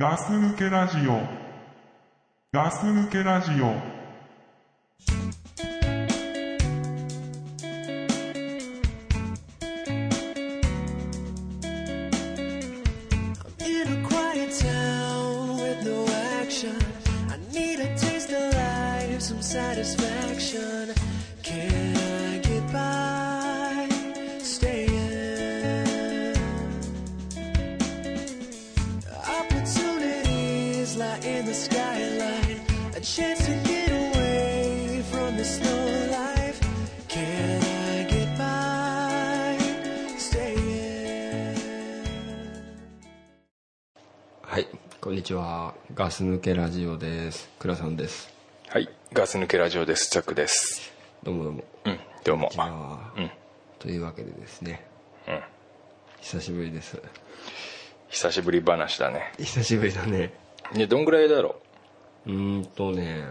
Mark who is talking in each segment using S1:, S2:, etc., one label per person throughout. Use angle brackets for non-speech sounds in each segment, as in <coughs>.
S1: ガス抜けラジオ。ガス抜けラジオ。
S2: In a quiet town with no action, I need a taste of life, some satisfaction. Can I get by staying? Opportunities lie in the skyline, a chance to get away from this slow life. Can I get by staying?
S3: はい、こんにちは。ガス抜けラジオです。倉さんです。
S4: はい、ガス抜けラジオです。ザックです。
S3: どうもどうも。
S4: うん、どうも。
S3: じゃあ、
S4: うん
S3: というわけでですね、
S4: うん
S3: 久しぶりです。
S4: 久しぶり話だね。
S3: 久しぶりだね。
S4: ね、どんぐらいだろう。
S3: うーんとね、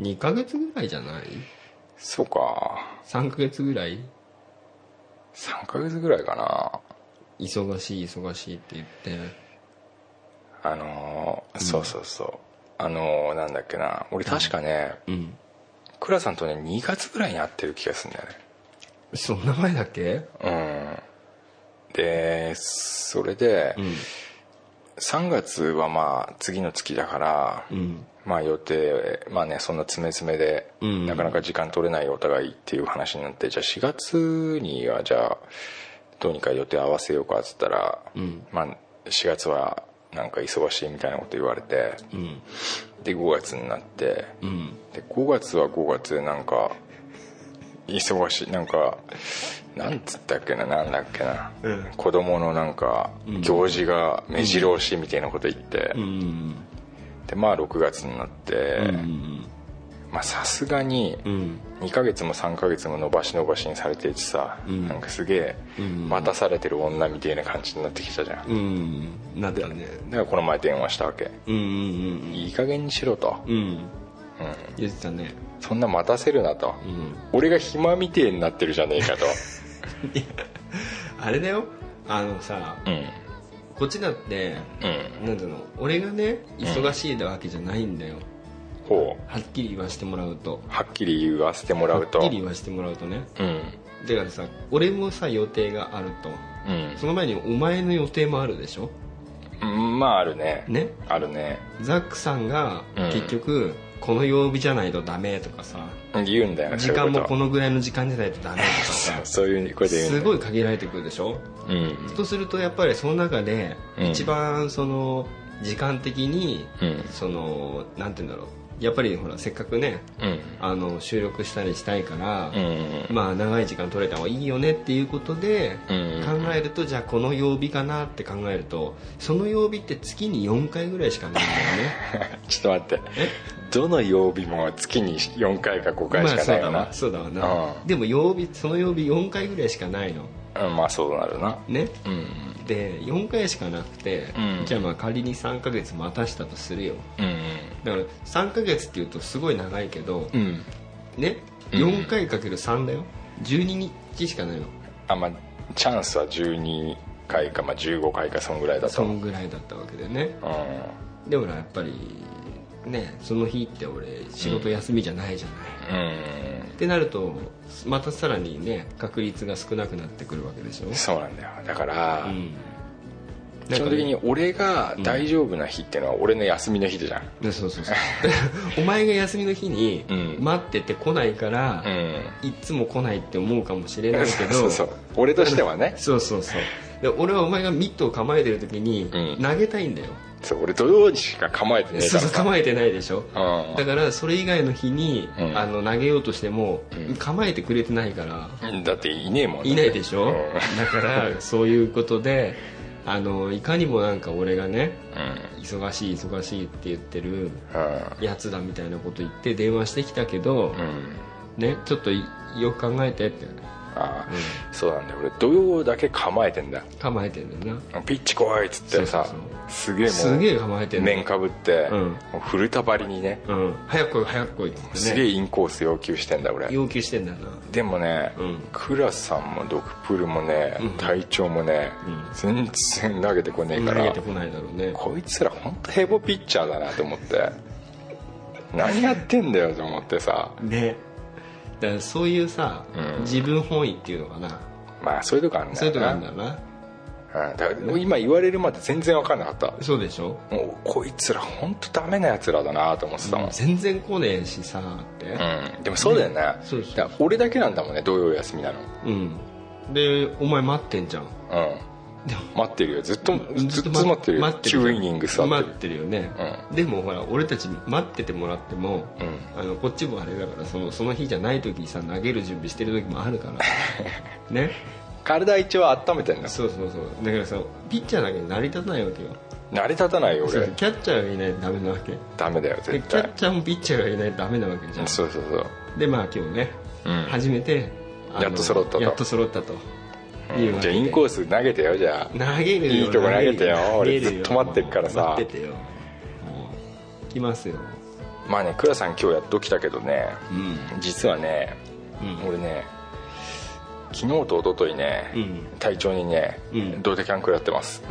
S3: 2ヶ月ぐらいじゃない
S4: そうか、
S3: ?3 ヶ月ぐらい
S4: 3ヶ月ぐらいか
S3: 忙しい忙しいって言って、
S4: な。あのー、そうそうそう。あのー、なんだっけな、俺確かね、
S3: うん。
S4: 倉さんとね、2月ぐらいに会ってる気がするんだよ
S3: そんな前だっけ
S4: ね。うん。で、それで、
S3: うん。
S4: 3月はまあ、次の月だから、
S3: うん。
S4: まあ予定まあねそんな詰め詰めで、
S3: うん
S4: なかなか時間取れないお互いっていう話になってじゃあ4月にはじゃあどうにか予定合わせようかっつったら、
S3: うん
S4: まあ4月はなんか忙しいみたいなこと言われて
S3: うん。
S4: で5月になって
S3: うん。
S4: で5月は5月でなんか忙しいなんかなんつったっけななんだっけな、
S3: うん
S4: 子供のなんか行事が目白押しみたいなこと言って、
S3: うん。
S4: でまあ6月になって、
S3: うん。
S4: まあさすがに
S3: うん。
S4: 2ヶ月も3ヶ月も延ばし延ばしにされていてさ、
S3: ん
S4: なんかすげえ
S3: うん
S4: 待たされてる女みたいな感じになってきたじゃん、だ
S3: うん。なったね。
S4: からこの前電話したわけ
S3: うんうん
S4: いい加減にしろと、
S3: うん。うん。言ってたね。
S4: そんな待たせるなと、
S3: うん。
S4: 俺が暇みてえになってるじゃねえ
S3: <laughs>
S4: かと
S3: いや <laughs> あれだよあのさ
S4: うん
S3: こっちだって
S4: うん
S3: なんだろう俺がね忙しいわけじゃないんだよ、
S4: ほう
S3: はっきり言わせてもらうと
S4: はっきり言わせてもらうと
S3: はっきり言わせてもらうとね
S4: うん
S3: だからさ俺もさ予定があるとその前にお前の予定もあるでしょ
S4: うんまああるね
S3: ね
S4: あるね
S3: ザックさんが
S4: うん
S3: 結局この曜日じゃないとダメとかさ
S4: 言うんだよ
S3: 時間もこ
S4: の
S3: のぐらいの時間じゃないとダメとかさ
S4: <laughs> そういう声で言
S3: す
S4: うんだ
S3: ご
S4: よ
S3: い限られてくるでしょ
S4: うん
S3: とするとやっぱりその中で
S4: うん
S3: 一番その時間的に
S4: うん
S3: そのなんて言うんだろうやっぱりほらせっかくね
S4: うん
S3: あの収録したりしたいから
S4: う、ん
S3: まあ長い時間取れた方がいいよねっていうことで
S4: うん
S3: 考えるとじゃあこの曜日かなって考えるとその曜日って月に4回ぐらいしかないんだよね
S4: <laughs> ちょっと待ってどの曜日も月に4回か5回しかないよな、
S3: まあそうだわそうだわな、
S4: う
S3: でも曜日その曜日4回ぐらいしかないの
S4: うんまあそうなるな
S3: ね
S4: うん
S3: で4回しかなくて、
S4: うん
S3: じゃあまあ仮に3ヶ月待たしたとするよ
S4: うん
S3: だから3ヶ月っていうとすごい長いけど、
S4: うん
S3: ね
S4: うん
S3: 4回かける3だよ12日しかないの
S4: あまあチャンスは12回か、まあ、15回かそんぐらいだと
S3: そ
S4: うん
S3: んぐらいだったわけでね
S4: うん
S3: でもやっぱりねその日って俺仕事休みじゃないじゃない、ってなるとまたさらにね確率が少なくなってくるわけでしょ
S4: そうなんだよだから、
S3: うんな
S4: 基
S3: ん
S4: 本
S3: かね
S4: 的に俺が大丈夫な日っていうのは俺の休みの日でじゃん
S3: ねそうそう
S4: <laughs>
S3: そうお前が休みの日に
S4: うん
S3: 待ってて来ないから、
S4: うん
S3: いっつも来ないって思うかもしれないけど
S4: そうそう俺としてはね
S3: そうそうそうで俺はお前がミットを構えてる時に
S4: うん
S3: 投げたいんだよ、
S4: そう俺土曜日しか構えてねえ
S3: そう
S4: から
S3: そう
S4: さ
S3: 構えてないでしょ
S4: うん
S3: だからそれ以外の日に、
S4: うん
S3: あの投げようとしても、
S4: うん
S3: 構えてくれてないから
S4: うんだっていねえもん
S3: いないでしょ、
S4: うん
S3: だからそういうことであのいかにもなんか俺がね
S4: うん
S3: 忙しい忙しいって言ってる
S4: うん
S3: やつだみたいなこと言って電話してきたけど、
S4: うん
S3: ねちょっといよく考えてって、
S4: ああ、そうなんだよ俺土曜だけ構えてんだ
S3: 構えてんだよな
S4: ピッチ怖いっつってさ
S3: そうそう
S4: すげえもう
S3: すげえ構えてんの
S4: 面かぶって、
S3: うん
S4: もう古田張りにね、
S3: うん早く来い早く来いってね
S4: すげえインコース要求してんだ俺
S3: 要求してんだよな
S4: でもね、
S3: うん
S4: クラさんもドクプルもね、体調もね、全然投げてこねえか
S3: 投げ
S4: ら
S3: てこないだろうね
S4: こいつら本当ヘボピッチャーだなと思って何やってんだよと思ってさ
S3: ねだからそういうさ、
S4: うん
S3: 自分本位っていうのかな
S4: まあそういうとこあんだよな
S3: そういうとこあるんだよな
S4: うんだから今言われるまで全然分かんなかった
S3: そうでしょ
S4: もうこいつら本当ダメなやつらだなと思ってたもん、
S3: 全然来ねえしさって
S4: うん、でもそうだよね
S3: そうそう
S4: だから俺だけなんだもんね土曜休みなの
S3: うん、でお前待ってんじゃん
S4: うん
S3: で
S4: 待ってるよずっとずっと待ってるよ
S3: 待ってる
S4: 9イニング座って
S3: 待っ
S4: る
S3: てるよね、でもほら俺たち待っててもらっても、
S4: う
S3: あのこっちもあれだからそのその日じゃない時にさ投げる準備してる時もあるから
S4: <laughs>
S3: ね
S4: 体一応温めてんの
S3: そうそうそうだからさピッチャーだけで成り立たないわけよ
S4: 成り立たないよ
S3: そう
S4: 俺
S3: キャッチャーがいないとダメなわけ
S4: ダメだよ
S3: で
S4: 絶
S3: キャ
S4: 対
S3: ッチャーもピッチャーがいないとダメなわけじゃん
S4: そうそうそう
S3: でまあ今日ね、
S4: うん
S3: 初めてあの
S4: やっと揃ったと
S3: やっと揃ったと、いうわけ
S4: じゃ
S3: で
S4: あインコース投げてよじゃあ
S3: 投げるよ
S4: いいとこ投げてよ
S3: 投
S4: 俺
S3: げるよ
S4: ずっと待ってるからさ
S3: 待っててよもう来ますよ
S4: まあね倉さん今日やっと来たけどね
S3: うん
S4: 実はね、
S3: うん
S4: 俺ね昨日と一昨日ね、
S3: うん
S4: 体調にね、
S3: うん
S4: ドテキャン食らってます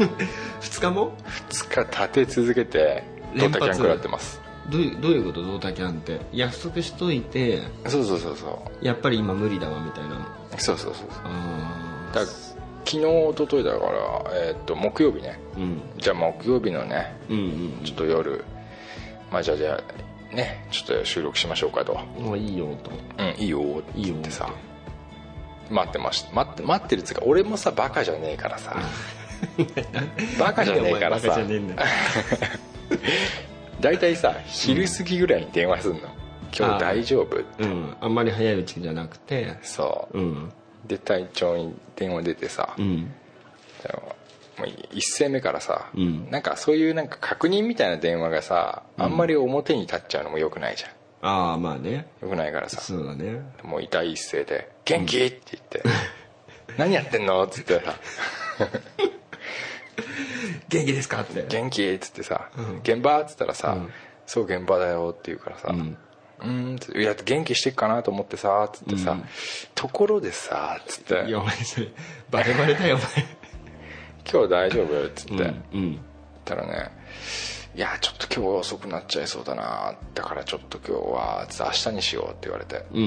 S3: 2日も
S4: 2日立て続けてド
S3: 連発
S4: テキャン食らってます
S3: どういうどういうことドータキャンって約束しといて
S4: そうそうそうそう
S3: やっぱり今無理だわみたいな
S4: そうそうそう
S3: あ
S4: だから昨日一昨日だから、えーっと木曜日ね
S3: ーうん
S4: じゃあ木曜日のね
S3: うん
S4: ちょっと夜まあじゃあじゃあねちょっと収録しましょうかと
S3: うんもういいよと
S4: 「うんいいよ」って
S3: いいよ
S4: 言ってさ待ってました待って待ってるっつうか俺もさバカじゃねえから
S3: <laughs>
S4: さバカじゃねえから
S3: バ
S4: さ
S3: カじゃねえんだよ
S4: 大体さ昼過ぎぐらいに電話すんの「今日大丈夫?
S3: うんあんまり早いうちじゃなくて」
S4: そう
S3: うん
S4: で隊長に電話出てさ、
S3: うん
S4: あのもう一声目からさ、
S3: うん
S4: なんかそういうなんか確認みたいな電話がさあんまり表に立っちゃうのもよくないじゃん
S3: ああまあね
S4: 良くないからさ
S3: そうだね
S4: もう痛い一声で「元気?」って言って「何やってんの?」っつってさ
S3: 元気ですかって
S4: 「元気?」っつってさ「現場?」っつったらさ
S3: うん
S4: 「そう現場だよ」って言うからさ「
S3: ん
S4: うん」っつって「いや元気してっかなと思ってさ」っつってさ「ところでさ」っつって
S3: いやお前それバレバレだよ
S4: 「今日大丈夫?」っつって
S3: お前うんうん
S4: ったらね「いやちょっと今日は遅くなっちゃいそうだなだからちょっと今日は明日にしよう」って言われて
S3: うんう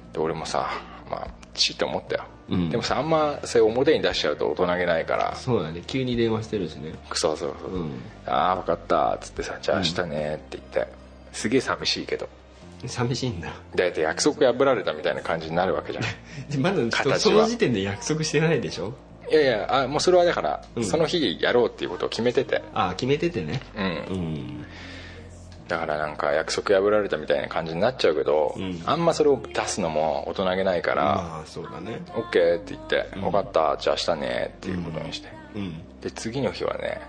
S3: ん
S4: で俺もさまあちって思ったよ、
S3: うん
S4: でもさあんまそれ表に出しちゃうと大人げないから
S3: そうだね急に電話してるしね
S4: クソそうそう、
S3: うん
S4: ああ分かったっつってさ「じゃあ明日ね」って言って、すげえ寂しいけど
S3: 寂しいんだ
S4: だいたい約束破られたみたいな感じになるわけ
S3: <laughs>
S4: じゃん
S3: でまだ
S4: 形は
S3: その時点で約束してないでしょ
S4: いやいやあもうそれはだから、
S3: うん
S4: その日やろうっていうことを決めてて
S3: ああ決めててね
S4: うん
S3: うん
S4: だからなんか約束破られたみたいな感じになっちゃうけど、
S3: うん
S4: あんまそれを出すのも大人げないから
S3: まあそうだね
S4: 「オッケーって言って「分かったじゃあ明日ね」っていうことにして、
S3: うん
S4: で次の日はね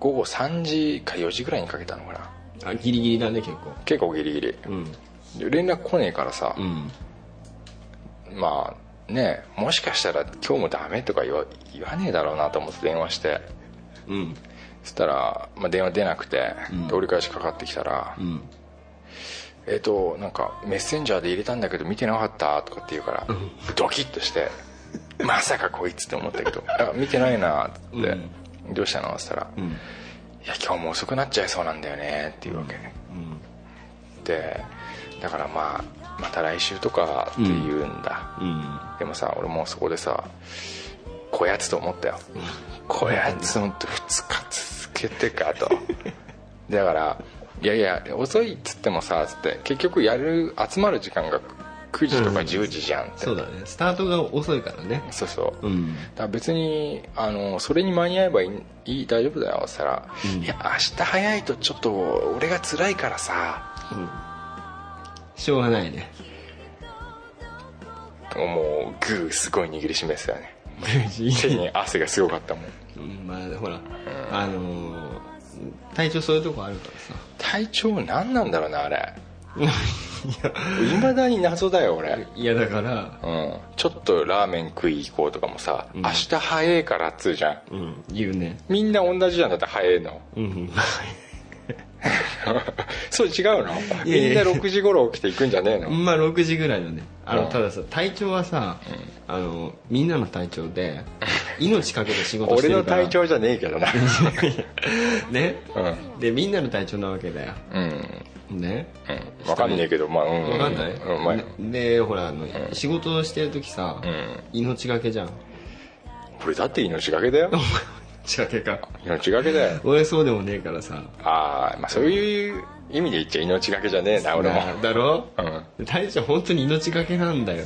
S4: 午後3時か4時ぐらいにかけたのかな
S3: あギリギリだね結構
S4: 結構ギリギリ
S3: うん
S4: で連絡来ねえからさ、
S3: うん
S4: まあねもしかしたら今日もダメとか言わ言わねえだろうなと思って電話して
S3: うん
S4: そしたら、まあ、電話出なくて、
S3: ん
S4: で折り返しかかってきたら「
S3: うん
S4: えっ、となんかメッセンジャーで入れたんだけど見てなかった」とかって言うから、ドキッとして「まさかこいつ」って思った
S3: <laughs>
S4: けど「あ見てないな」って言って、どうしたの?」って言ったら「
S3: うん
S4: いや今日もう遅くなっちゃいそうなんだよね」っていうわけ、でだからまあまた来週とかって言うんだ、
S3: うん
S4: でもさ俺もうそこでさこやつと思ったよこやつほんと2日続けてか
S3: <laughs>
S4: とだからいやいや遅いっつってもさつって結局やる集まる時間が9時とか10時じゃんって、
S3: そうだねスタートが遅いからね
S4: そうそう、
S3: うん
S4: だから別にあのそれに間に合えばいいいい大丈夫だよっつったら、いや明日早いとちょっと俺が辛いからさ
S3: しょうがないね
S4: もうグーすごい握りしめてたよね
S3: いい
S4: 手に汗がすごかったもん
S3: うんまあほらあのー体調そういうとこあるからさ <laughs>
S4: 体調何なんだろうなあれいまだに謎だよ俺
S3: いやだから
S4: うん、ちょっとラーメン食い行こうとかもさ、
S3: ん
S4: 明日早いからっつうじゃん
S3: うん言うね
S4: みんな同じじゃんだって早いの <laughs>
S3: うん
S4: そう違うの
S3: いやい
S4: みんな
S3: や
S4: 6時頃起きて行くんじゃねえ
S3: <laughs>
S4: の
S3: まあ6時ぐらいだねあ
S4: うん
S3: のたださ体調はさ、あのみんなの体調
S4: <laughs>
S3: で命かけて仕事して
S4: 俺の
S3: るから
S4: 体調じゃねえけ
S3: <laughs>
S4: どな
S3: ね、
S4: う
S3: でみんなの体調なわけだよ
S4: うん、
S3: ね
S4: うん、わかんねえけどまあうん
S3: 分かんない、
S4: うんまあ
S3: でほらあの、仕事をしてる時さ、
S4: ん
S3: 命がけじゃん
S4: 俺だって命がけだよ
S3: <laughs> 命がけか
S4: 命がけだよ
S3: 俺そうでもねえからさ
S4: ああまあそういう意味で言っちゃ命がけじゃねえな俺も
S3: なだろ、
S4: う
S3: 体調本当に命がけなんだよ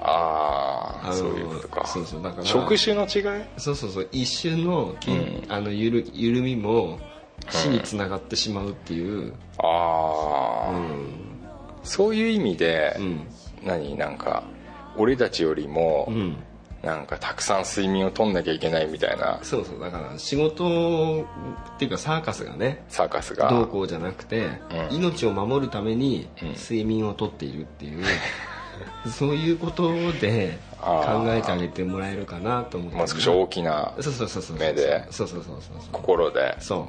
S4: あ
S3: あ
S4: あ
S3: の
S4: そういうことか
S3: そうそうだから
S4: 職種の違い
S3: そうそうそう一瞬の,、あのゆる緩みも死につながってしまうっていう、
S4: ああ、そういう意味で、
S3: ん
S4: 何なんか俺たちよりも、
S3: うん、
S4: なんかたくさん睡眠をとんなきゃいけないみたいな
S3: そうそうだから仕事っていうかサーカスがね
S4: サーカスが
S3: どうこうじゃなくて、
S4: うん
S3: 命を守るために睡眠をとっているって
S4: <laughs>
S3: いう、そういうことで
S4: あー
S3: 考えてあげてもらえるかなと思って
S4: もう少し大きな
S3: そうそうそうそう
S4: 目で
S3: そうそうそうそうそう
S4: 心で
S3: そ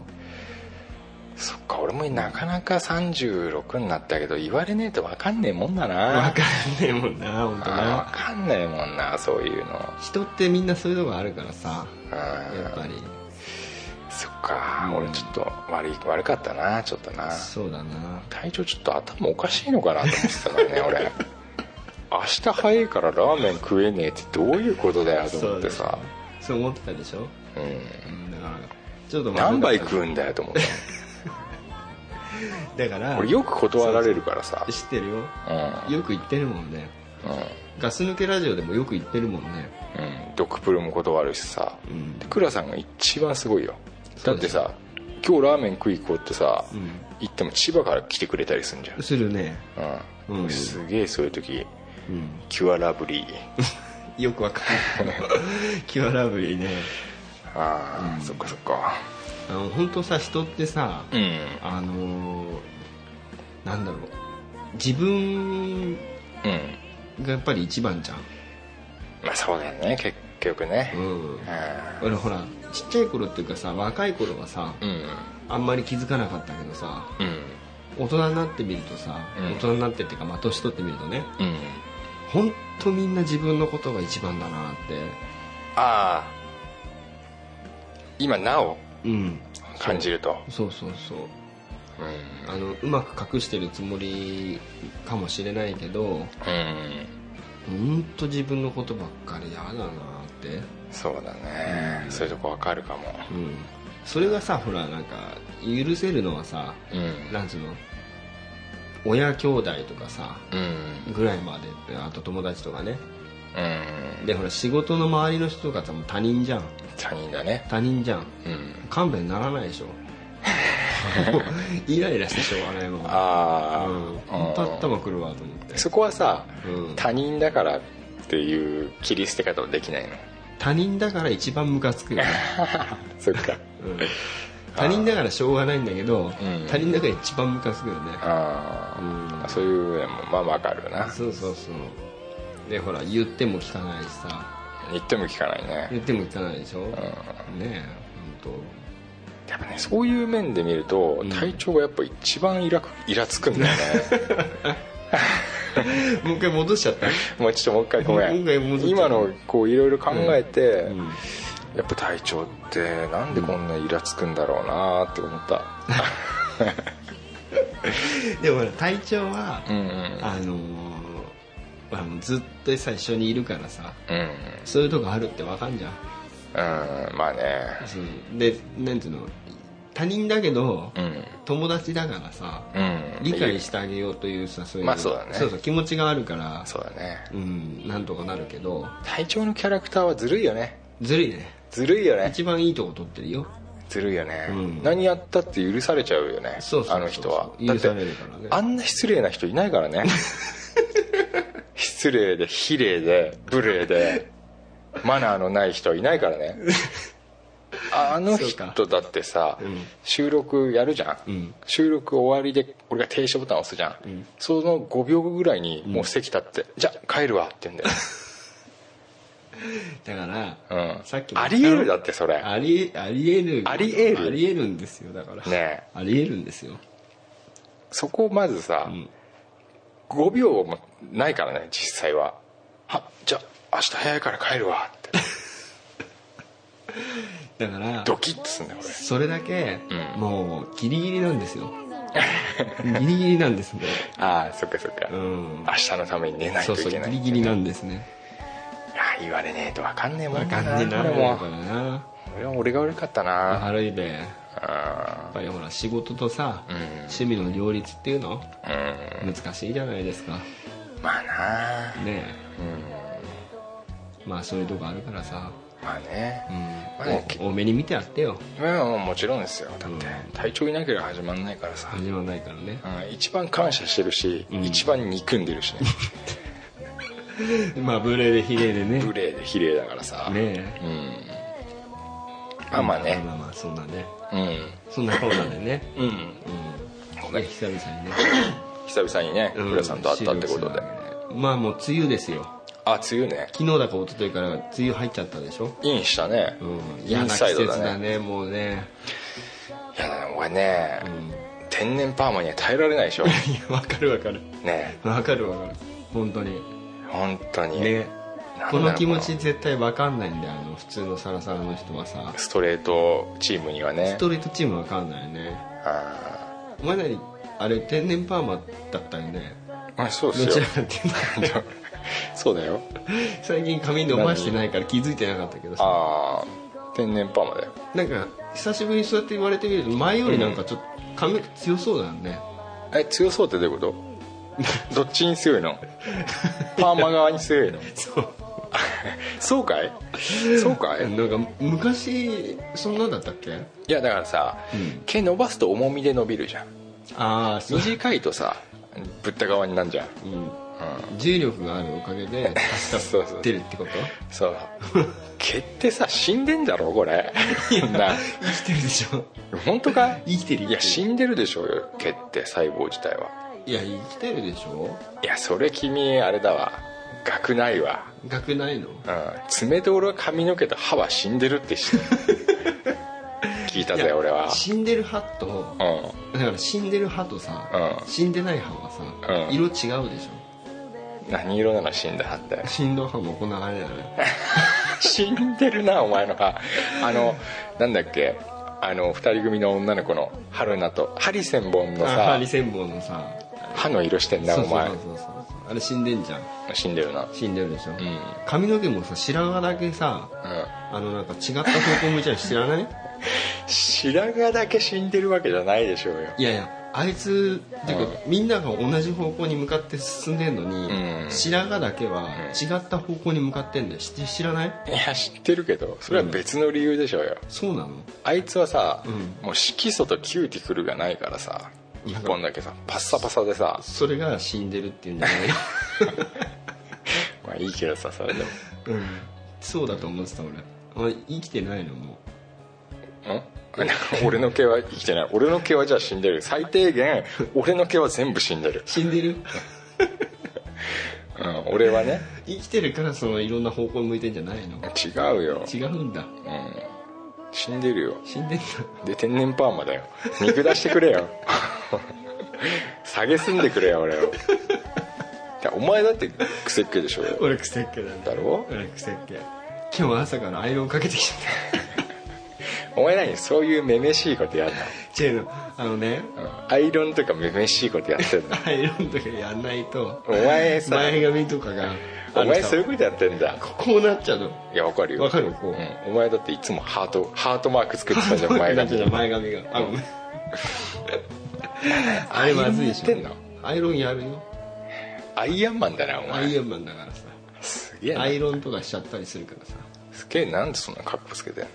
S4: そっか俺もなかなか36になったけど言われねえと分かんねえもんだ
S3: うわ
S4: な
S3: かんねえもんな本当
S4: あ
S3: な
S4: ー分かんねえもんなそういうの
S3: 人ってみんなそういうとこあるからさ
S4: うん
S3: やっぱり
S4: そっか、
S3: うん
S4: 俺ちょっと悪い悪かったなちょっとな
S3: そうだな
S4: 体調ちょっと頭おかしいのかなと思ってたからね俺明日早いからラーメン食えねえってどういうことだよと思ってさ
S3: そう思ってたでしょ、
S4: う、
S3: うん、だからちょっと
S4: ん、何杯
S3: う
S4: 食うんだよと思って
S3: だから
S4: 俺よく断られるからさ
S3: 知ってるよ
S4: うん
S3: よく言ってるもんねガス抜けラジオでもよく言ってるもんね
S4: うん、うん、ドクプルも断るしさ、
S3: うん
S4: で倉さんが一番すごいよだ
S3: そ
S4: っ
S3: う
S4: て
S3: でし
S4: さ今日ラーメン食い行こうってさ、
S3: ん
S4: 行っても千葉から来てくれたりするんじゃ
S3: するね
S4: ん、うん
S3: うん
S4: すげえそういう時
S3: うん
S4: キュアラブリー
S3: よくわかん
S4: <laughs>
S3: ないキュアラブリーね
S4: ああ、そっかそっか
S3: あの本当さ人ってさ、
S4: うん
S3: あのーなんだろう自分
S4: うん
S3: がやっぱり一番じゃん、
S4: まあそうだよね結局ね
S3: うん、
S4: う
S3: 俺ほらちっちゃい頃っていうかさ若い頃はさ
S4: んうん
S3: あんまり気づかなかったけどさ
S4: うん
S3: 大人になってみるとさ、
S4: うん
S3: 大人になってっていうかまあ年取ってみるとね
S4: うん
S3: 本当みんな自分のことが一番だなって
S4: ああ今なお
S3: うん
S4: 感じると
S3: そうそうそう
S4: うん
S3: あのうまく隠してるつもりかもしれないけど
S4: うん
S3: 本当自分のことばっかり嫌だなって
S4: そうだねそういうとこわかるかも
S3: うんそれがさほらなんか許せるのはさ
S4: うん
S3: なんつうの親兄弟とかさ
S4: うん
S3: ぐらいまであと友達とかね
S4: うん
S3: でほら仕事の周りの人とかさもう他人じゃん
S4: 他人だね
S3: 他人じゃん
S4: うん
S3: 勘弁ならないでしょもうイライラしてしょうがないもん
S4: ああ
S3: うん
S4: うん
S3: 本当頭くるわと思って
S4: そこはさ
S3: うん
S4: 他人だからっていう切り捨て方はできないの
S3: 他人だから一番ムカつくよね、
S4: そっ <laughs> か
S3: うん他人だからしょうがないんだけど、
S4: うん
S3: 他人だから一番ムカつくよね
S4: ああそういうのもまあわかるよな
S3: そうそうそうでほら言っても聞かないしさ
S4: 言っても聞かないね
S3: 言っても聞かないでしょ、ねえ本
S4: やっぱねそういう面で見ると
S3: ん
S4: 体調がやっぱ一番イラくイラつくんだよ <laughs> ね
S3: 当。もう一回戻しちゃった
S4: もうちょっともう一回ごめ
S3: もう一回戻っちゃ
S4: ん
S3: う
S4: 今のこういろいろ考えて、
S3: うん
S4: やっぱ体調ってなんでこんなイラつくんだろうなって思った
S3: でもほら体調は、
S4: うんうん
S3: あのーほらもうずっと最初にいるからさ
S4: うん
S3: そういうとこあるってわかんじゃん
S4: うんまあね
S3: そうでなんていうの他人だけど、
S4: うん
S3: 友達だからさ、
S4: うん
S3: 理解してあげようというさそういう,、
S4: まあそうだね
S3: そう気持ちがあるから
S4: そうだね
S3: うんなんとかなるけど
S4: 体調のキャラクターはずるいよね
S3: ずるいね
S4: ずるいよね
S3: 一番いいとこ取ってるよ
S4: ずるいよね、
S3: うん
S4: 何やったって許されちゃうよね
S3: そうそうそう
S4: あの人は
S3: 許されるからね
S4: だってあんな失礼な人いないから
S3: <laughs>
S4: ね失礼で非礼で無礼でマナーのない人はいないからねああの
S3: そ
S4: 人
S3: う
S4: だってさ、
S3: うん
S4: 収録やるじゃん、
S3: ん
S4: 収録終わりで俺が停止ボタン押すじゃん、その5秒後ぐらいにもう席立って、じゃあ帰るわって言うんだよ
S3: だから、
S4: うん
S3: さっきも
S4: ありえるだってそれ
S3: ありありえる
S4: ありえる
S3: ありえるんですよだから
S4: ねえ
S3: ありえるんですよ
S4: そこをまずさ、
S3: ん
S4: 5秒もないからね実際ははじゃあ明日早いから帰るわって
S3: だから
S4: ドキッとすんだよ俺
S3: それだけ、
S4: うん
S3: もうギリギリなんです
S4: <laughs>
S3: よギリギリなんですね
S4: ああそっかそっか、
S3: うん
S4: 明日のために寝ない
S3: そ
S4: という
S3: そう
S4: けない
S3: ギリギリなんですね
S4: ああ言われねえと分かんねえもん
S3: 分
S4: だ
S3: かんねえな
S4: これ
S3: だ
S4: も
S3: からな
S4: 俺は俺が悪かったな
S3: 悪いべや
S4: あ
S3: っぱりほら仕事とさ、
S4: ん
S3: 趣味の両立っていうの
S4: ー
S3: 難しいじゃないですかね
S4: うんまあな
S3: えまあそういうとこあるからさ、
S4: まあね
S3: うん
S4: まあねき
S3: お多めに見てやってよ
S4: まあまあもちろんですよだって
S3: うん
S4: 体調いなければ始まんないからさ、
S3: 始まんないからね
S4: うん一番感謝してるし、
S3: うん
S4: 一番憎んでるし
S3: <laughs>
S4: ね
S3: まあ無礼で比例でね
S4: 無礼で比例だからさ、
S3: ね
S4: うん
S3: え
S4: まあまあね
S3: まあまあそんなね
S4: うん
S3: そんなコーナーでね
S4: うん
S3: うん
S4: ごめん
S3: 久々にね
S4: 久々にね
S3: うん
S4: 浦さんと会ったってことで
S3: まあもう梅雨ですよ
S4: あ梅雨ね
S3: 昨日だか一昨日から梅雨入っちゃったでしょ
S4: インしたね
S3: うん
S4: イ
S3: 嫌
S4: ン
S3: な季
S4: サイド
S3: 節
S4: だ
S3: だ
S4: ね
S3: ねもうね
S4: いやだね俺ね
S3: うん <laughs>
S4: 天然パーマには耐えられないでしょ
S3: いやわかるわかる
S4: ね
S3: わかるわかる本当に
S4: 本当に
S3: ね
S4: なんだろう
S3: こ
S4: な
S3: の気持ち絶対わかんないんだよあの普通のサラサラの人はさ
S4: ストレートチームにはね
S3: ストレートチームわかんないよね
S4: あ
S3: お前なりあれ天然パーマだったよね
S4: ーまあそう
S3: ど
S4: で
S3: ち
S4: すよ
S3: らかっていうと
S4: <laughs> そうだよ
S3: 最近髪伸ばしてないから気づいてなかったけどさ
S4: ああ天然パーマだよ
S3: なんか久しぶりにそうやって言われてみると前よりなんかちょっと髪強そうだよね
S4: え強そうってど
S3: <laughs>
S4: ういうことどっちに強いのパーマ側に強いの
S3: <laughs> そう
S4: <laughs> そうかいそうかい
S3: なんか昔そんなんだったっけ
S4: いやだからさ、
S3: うん
S4: 毛伸ばすと重みで伸びるじゃん
S3: ああそう、
S4: 短いとさぶった側になんじゃん、
S3: うん、
S4: う
S3: 重力があるおかげ <laughs> で
S4: そうそうそう
S3: 出るってこと
S4: そう
S3: <laughs>
S4: 毛ってさ死んでんだろこれな
S3: 生きてるでしょ
S4: 本当か
S3: 生きてる生きてる
S4: いや死んでるでしょうよ毛って細胞自体はい
S3: や生きてるでしょ
S4: いやそれ君あれだわ学ないわ
S3: 学ないの
S4: うん爪と俺は髪の毛と歯は死んでるって知
S3: <laughs>
S4: 聞いた
S3: い
S4: ぜ
S3: や
S4: 俺は
S3: 死んでる歯と
S4: うん
S3: だから死んでる歯とさ、
S4: うん
S3: 死んでない歯はさ、
S4: うん
S3: 色違うでしょ
S4: 何色なの死んだ歯って
S3: 死んだ歯もこんなあれだね
S4: 死んでるなお前の歯あのなんだっけあの二人組の女の子の春菜とハリセンボンの
S3: あ歯
S4: さ
S3: に千本のさ
S4: 歯の色してんな
S3: そう
S4: お
S3: そう
S4: 前
S3: そうそうあれ死んでんじゃん
S4: 死んでるな
S3: 死んでるでしょ、
S4: うん
S3: 髪の毛もさ白髪だけさ
S4: うん
S3: あのなんか違った方向向いちゃうの知らない
S4: 白髪だけ死んでるわけじゃないでしょうよ
S3: いやいやあいつっていうか、みんなが同じ方向に向かって進んでんのに、
S4: うん
S3: 白髪だけは違った方向に向かってんだよ知知らない
S4: いや知ってるけどそれは別の理由でしょうよ
S3: そうなの
S4: あいつはさ、
S3: ん
S4: もう色素とキューティクルがないからさ
S3: いや
S4: 1本だけさパッサパサでさ
S3: それが死んでるっていうん
S4: <laughs>
S3: じゃない
S4: まあいいけどさそ
S3: <laughs>
S4: れでも
S3: うんそうだと思ってた俺お前生きてないのも
S4: ん俺の毛は生きてない俺の毛はじゃあ死んでる最低限俺の毛は全部死んでる
S3: う、死ん
S4: <laughs>
S3: でる
S4: うん、俺はね
S3: 生きてるからそのいろんな方向向いてんじゃないの
S4: 違うよ、
S3: 違うんだ
S4: うん、死んでるよ
S3: 死んでんだ
S4: で天然パーマだよ見下してくれよ <laughs> 下げすんでくれよ俺をいやお前だってクセっ気でしょ
S3: 俺クセっ気だね
S4: だろ
S3: 俺クセっ気今日朝からアイロンかけてきちゃっ
S4: お前何そういうめめしいことやんの
S3: た違うのあのね
S4: アイロンとかめめしいことやってんの
S3: アイロンとかやんないと
S4: お前さ
S3: 前髪とかが
S4: お
S3: <laughs> あ
S4: 前
S3: のさ
S4: そういうことやってんだ
S3: ここうなっちゃうの
S4: いやわかるよ
S3: わかるこう
S4: うん、お前だっていつもハートハートマーク作ってたじゃん前
S3: だ
S4: が
S3: ってじゃん前髪が <laughs> あごめんあれまずいでしょ
S4: アイロンやってん
S3: アイロンやるよ
S4: アイアンマンだなお
S3: ア
S4: 前
S3: イアンマンだからさ
S4: すげえな
S3: アイロンとかしちゃったりするからさ
S4: すげえなんでそんな格好つけてんの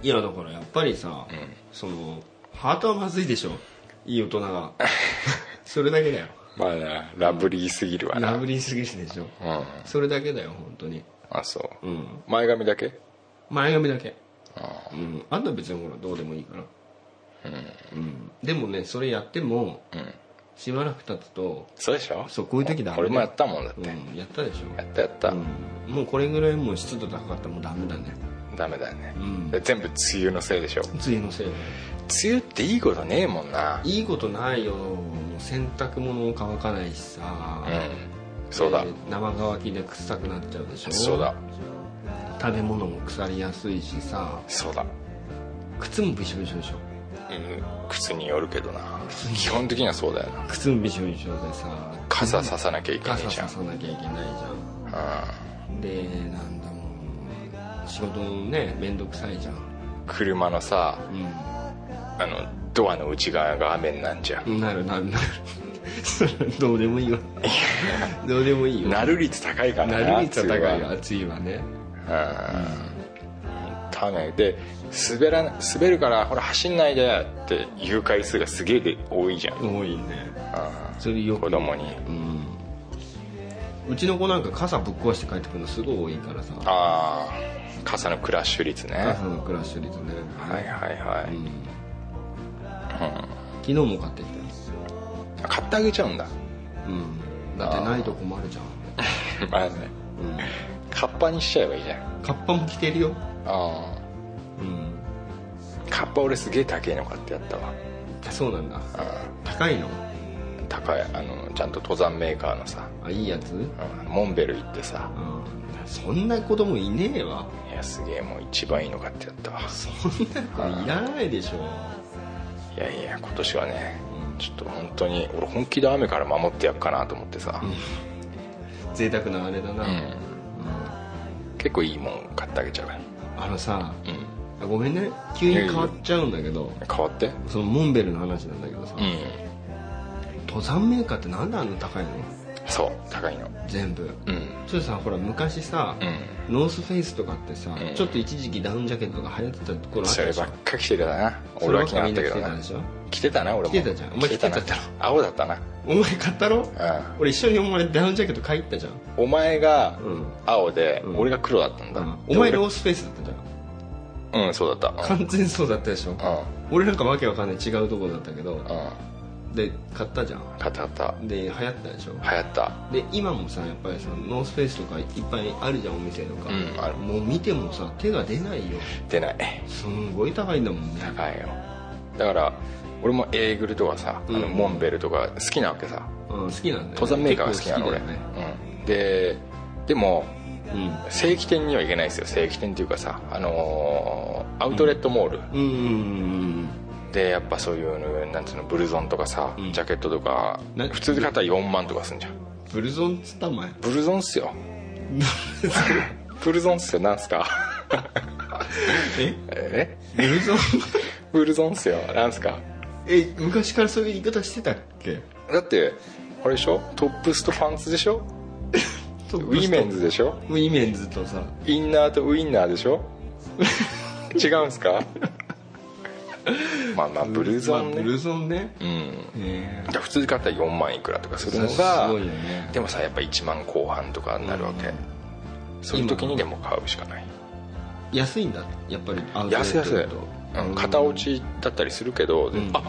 S3: いやだからやっぱりさ、そのハートはまずいでしょいい大人が <laughs> それだけだよ
S4: まあなラブリーすぎるわな
S3: ラ
S4: うん
S3: ブリーすぎるでしょそれだけだよ本当に
S4: あそう
S3: うん
S4: 前髪だけ
S3: 前髪だけうん、あんたは別にほらどうでもいいから、うんでもねそれやっても、
S4: ん
S3: しばらく経つと
S4: そうでしょ
S3: そうこういう時だ
S4: 俺もやったもんだって、
S3: うん、やったでし
S4: やったやった、
S3: ょ、うん、もうこれぐらいもう湿度高かったらもうダメだね
S4: ダメだね、
S3: うん
S4: で全部梅雨のせいでしょ
S3: 梅雨のせいで
S4: 梅雨っていいことねえもんない
S3: いことないよもう洗濯物も乾かないしさ、
S4: うんそうだ、
S3: で生乾きで臭くなっちゃうでしょ
S4: そうだ
S3: 食べ物も腐りやすいしさ
S4: そうだ、
S3: 靴もびしょびしょでしょ
S4: うん、靴によるけどな基本的にはそうだよな
S3: 靴もびしょびしょでさ
S4: 傘ささなきゃいけない
S3: 傘
S4: じゃん
S3: ささなきゃいけないじゃんでなんだもう仕事もねめんどくさいじゃん
S4: 車のさ
S3: う
S4: あのドアの内側が雨になんじゃん、
S3: んなるなる <laughs> なるそれどうでもいいわどうでもいいよ
S4: なる率高いから
S3: な
S4: な
S3: る率高いわ
S4: 梅
S3: 暑いわね
S4: 雨はうんためで滑らな滑るからほら走んないでって言う回数がすげえで多いじゃん、うん
S3: 多いねそれよく
S4: 子供に
S3: うんうちの子なんか傘ぶっ壊して帰ってくるのすごい多いからさ
S4: ああ傘のクラッシュ率ね
S3: 傘のクラッシュ率ね
S4: はいはいはい、
S3: うん昨日も買ってきたよ
S4: 買ってあげちゃうんだ <laughs>
S3: うんだってないと困るじゃん
S4: まあね
S3: うん
S4: カッパにしちゃえばいいじゃん
S3: カッパも着てるよ
S4: あ
S3: うん
S4: ーカッパ俺すげえ高いの買ってやったわ
S3: そうなんだ
S4: うん
S3: 高いの
S4: 高いあのちゃんと登山メーカーのさ、
S3: あいいやつうん
S4: うんモンベル行ってさ
S3: そんな子供いねえわ
S4: いやすげえもう一番いいの買ってやったわ
S3: そんな子いらないでしょ
S4: いやいや今年はねちょっと本当に俺本気で雨から守ってやっかなと思ってさ、
S3: 贅沢なあれだな、
S4: う
S3: う
S4: ん
S3: ん
S4: 結構いいもん買ってあげちゃうから
S3: あのさ
S4: うん
S3: あごめんね急に変わっちゃうんだけど
S4: 変わって
S3: そのモンベルの話なんだけどさ、
S4: うん
S3: 登山メーカーってなんであんな高いの
S4: そう高いの
S3: 全部
S4: うん
S3: ちょっとさほら昔さ、
S4: うん
S3: ノースフェイスとかってさ、
S4: うん
S3: ちょっと一時期ダウンジャケットが流行ってたところあっ
S4: そ
S3: た
S4: れ
S3: でしょ
S4: ばっか着てたな俺は着な
S3: そればっか
S4: かったけど
S3: みんな着てた
S4: な
S3: でしょ
S4: 着てたな俺も
S3: 着てたじゃんお前着てただろ
S4: 青だったな
S3: お前買ったろ
S4: う
S3: 俺一緒にお前ダウンジャケット買いに行ったじゃん、
S4: んお前が
S3: うん
S4: 青で、
S3: うん
S4: 俺が黒だったんだ、
S3: お前ノ
S4: の
S3: ースフェイスだったじゃん
S4: うんそうだった
S3: 完全にそうだったでしょ、
S4: うん
S3: 俺なんかわけわかんない違うところだったけど
S4: うん、うん、
S3: で買ったじゃん
S4: 買った買った
S3: で流行ったでしょ
S4: 流行った
S3: で今もさやっぱりさノースフェイスとかいっぱいあるじゃんお店とか、
S4: うんある
S3: もう見てもさ手が出ないよ
S4: 出ない
S3: すんごい高いんだもんね
S4: 高いよだから俺もエーグルとかさ、あの
S3: うん
S4: モンベルとか好きなわけさ
S3: うん好きなんだよね、
S4: 登山メーカーが好きなの俺、
S3: 結構好き
S4: うん、ででも
S3: だよね
S4: 正規店には行けないんですよ正規店っていうかさあのーアウトレットモール、
S3: うんうんうん
S4: でやっぱそういうなんつうのブルゾンとかさ、
S3: うん
S4: ジャケットとか
S3: な
S4: 普通で買ったら4万とかすんじゃん
S3: ブルゾンっつったお前
S4: ブルゾンっ
S3: <laughs>
S4: すよブルゾンっすよなんすか
S3: え
S4: え
S3: ブルゾン <laughs>
S4: ブルゾンっすよなんすか
S3: え昔からそういう言い方してたっけ
S4: だってあれでしょトップスとパンツでしょウィメンズでしょ
S3: ウィメンズとさ
S4: インナーとウインナーでしょ違うんすか <laughs> まあまあブルゾン
S3: まあブ
S4: ね、
S3: ルゾンね
S4: うん
S3: え
S4: だから普通に買ったら4万いくらとかするの
S3: す
S4: が
S3: ごいよね
S4: でもさやっぱ1万後半とかになるわけ、
S3: うん
S4: そういう時にでも買うしかない
S3: ー安いんだやっぱりアウトレ
S4: 安い
S3: ッ
S4: 安
S3: ト
S4: い
S3: だと、
S4: うん、片落ちだったりするけど、
S3: ん
S4: あ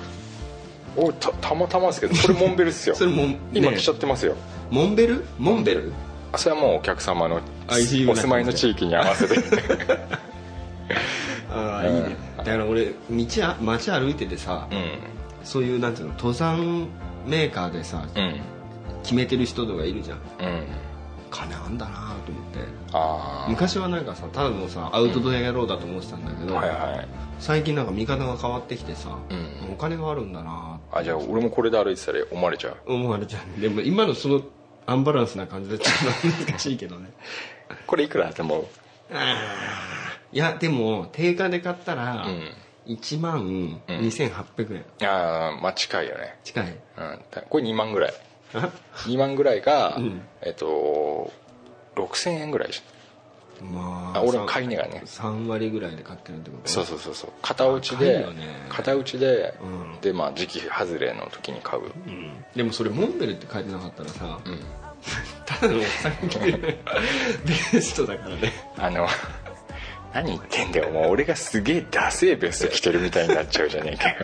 S4: おたたまたま <laughs> ですけどこれモンベルっすよ
S3: それも
S4: 今
S3: ね
S4: 来ちゃってますよ、
S3: モンベルモンベル
S4: あそれはもうお客様の
S3: あいいような感じで
S4: お住まいの地域に合わせて <laughs>
S3: ああいいねだから俺道あ街歩いててさ、
S4: う
S3: そういうなんていうの登山メーカーでさ
S4: んうん
S3: 決めてる人とかいるじゃん
S4: うん
S3: 金あんだなと思って
S4: ああ
S3: 昔はなんかさただのさアウトドア野郎だと思ってたんだけど、
S4: はいはい
S3: 最近なんか見方が変わってきてさ、
S4: うん
S3: お金があるんだな
S4: あじゃあ俺もこれで歩いてたら思われちゃう
S3: 思われちゃうでも今のそのアンバランスな感じでちょっと難しいけどね
S4: これいくらだと思う
S3: いやでも定価で買ったら
S4: うん
S3: 1万2800円
S4: ああまあ近いよね、
S3: 近い
S4: うん、たこれ2万ぐらい
S3: あ
S4: 2万ぐらいが、
S3: うん
S4: えっと6000円ぐらいじ
S3: ま
S4: ゃん
S3: あ
S4: あ俺は買い値がね
S3: 3割ぐらいで買ってるってこと
S4: そうそうそうそう片落ち
S3: 高い
S4: で
S3: よね
S4: 片打ちで、
S3: うん
S4: でまあ時期外れの時に買う
S3: うんでもそれモンベルって書いてなかったらさ、 <laughs>
S4: ん <laughs>
S3: ただのおっさん着てるベストだからね
S4: あの何言ってんだよもう俺がすげえダセえベスト着てるみたいになっちゃうじゃねえ
S3: <laughs>
S4: かよ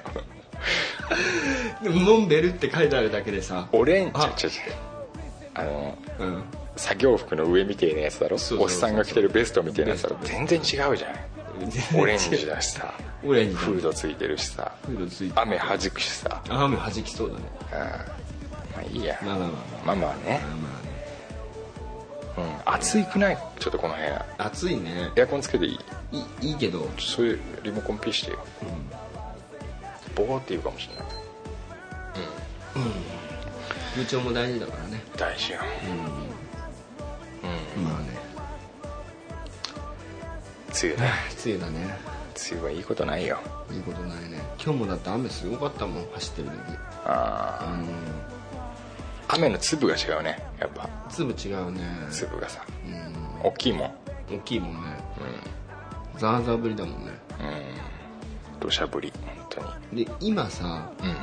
S3: でもモンベルって書いてあるだけでさ
S4: オレンジ
S3: あ
S4: ちょちょあの
S3: うん
S4: 作業服の上みてえなやつだろ
S3: そうそうそう
S4: おっさんが着てるベストみてえなやつだろ
S3: ベス
S4: 全然違うじゃん <laughs> オレンジだしさ
S3: <laughs> オレンジだ
S4: フードついてるしさ
S3: フードついてる
S4: 雨弾くしさ
S3: あ雨弾きそうだね
S4: まあいいや
S3: まあまあま
S4: まあまあね
S3: あ、まあね、
S4: うん暑いくないちょっとこの辺
S3: 暑いね
S4: エアコンつけていい
S3: いいいいけど
S4: そういうリモコンピーしてよ、ボーって言うかもしれない
S3: 空調も大事だからね
S4: 大事よ
S3: まあね
S4: 梅雨だ
S3: 暑いだね
S4: 梅雨はいいことないよ
S3: いいことないね今日もだって雨すごかったもん走ってる時
S4: あ
S3: あの
S4: ー雨の粒が違うねやっぱ
S3: 粒違うね
S4: 粒がさ
S3: うん
S4: 大きいもん
S3: 大きいもんねザーザーぶりだもんね
S4: 土砂降り本当に
S3: で今さ
S4: うん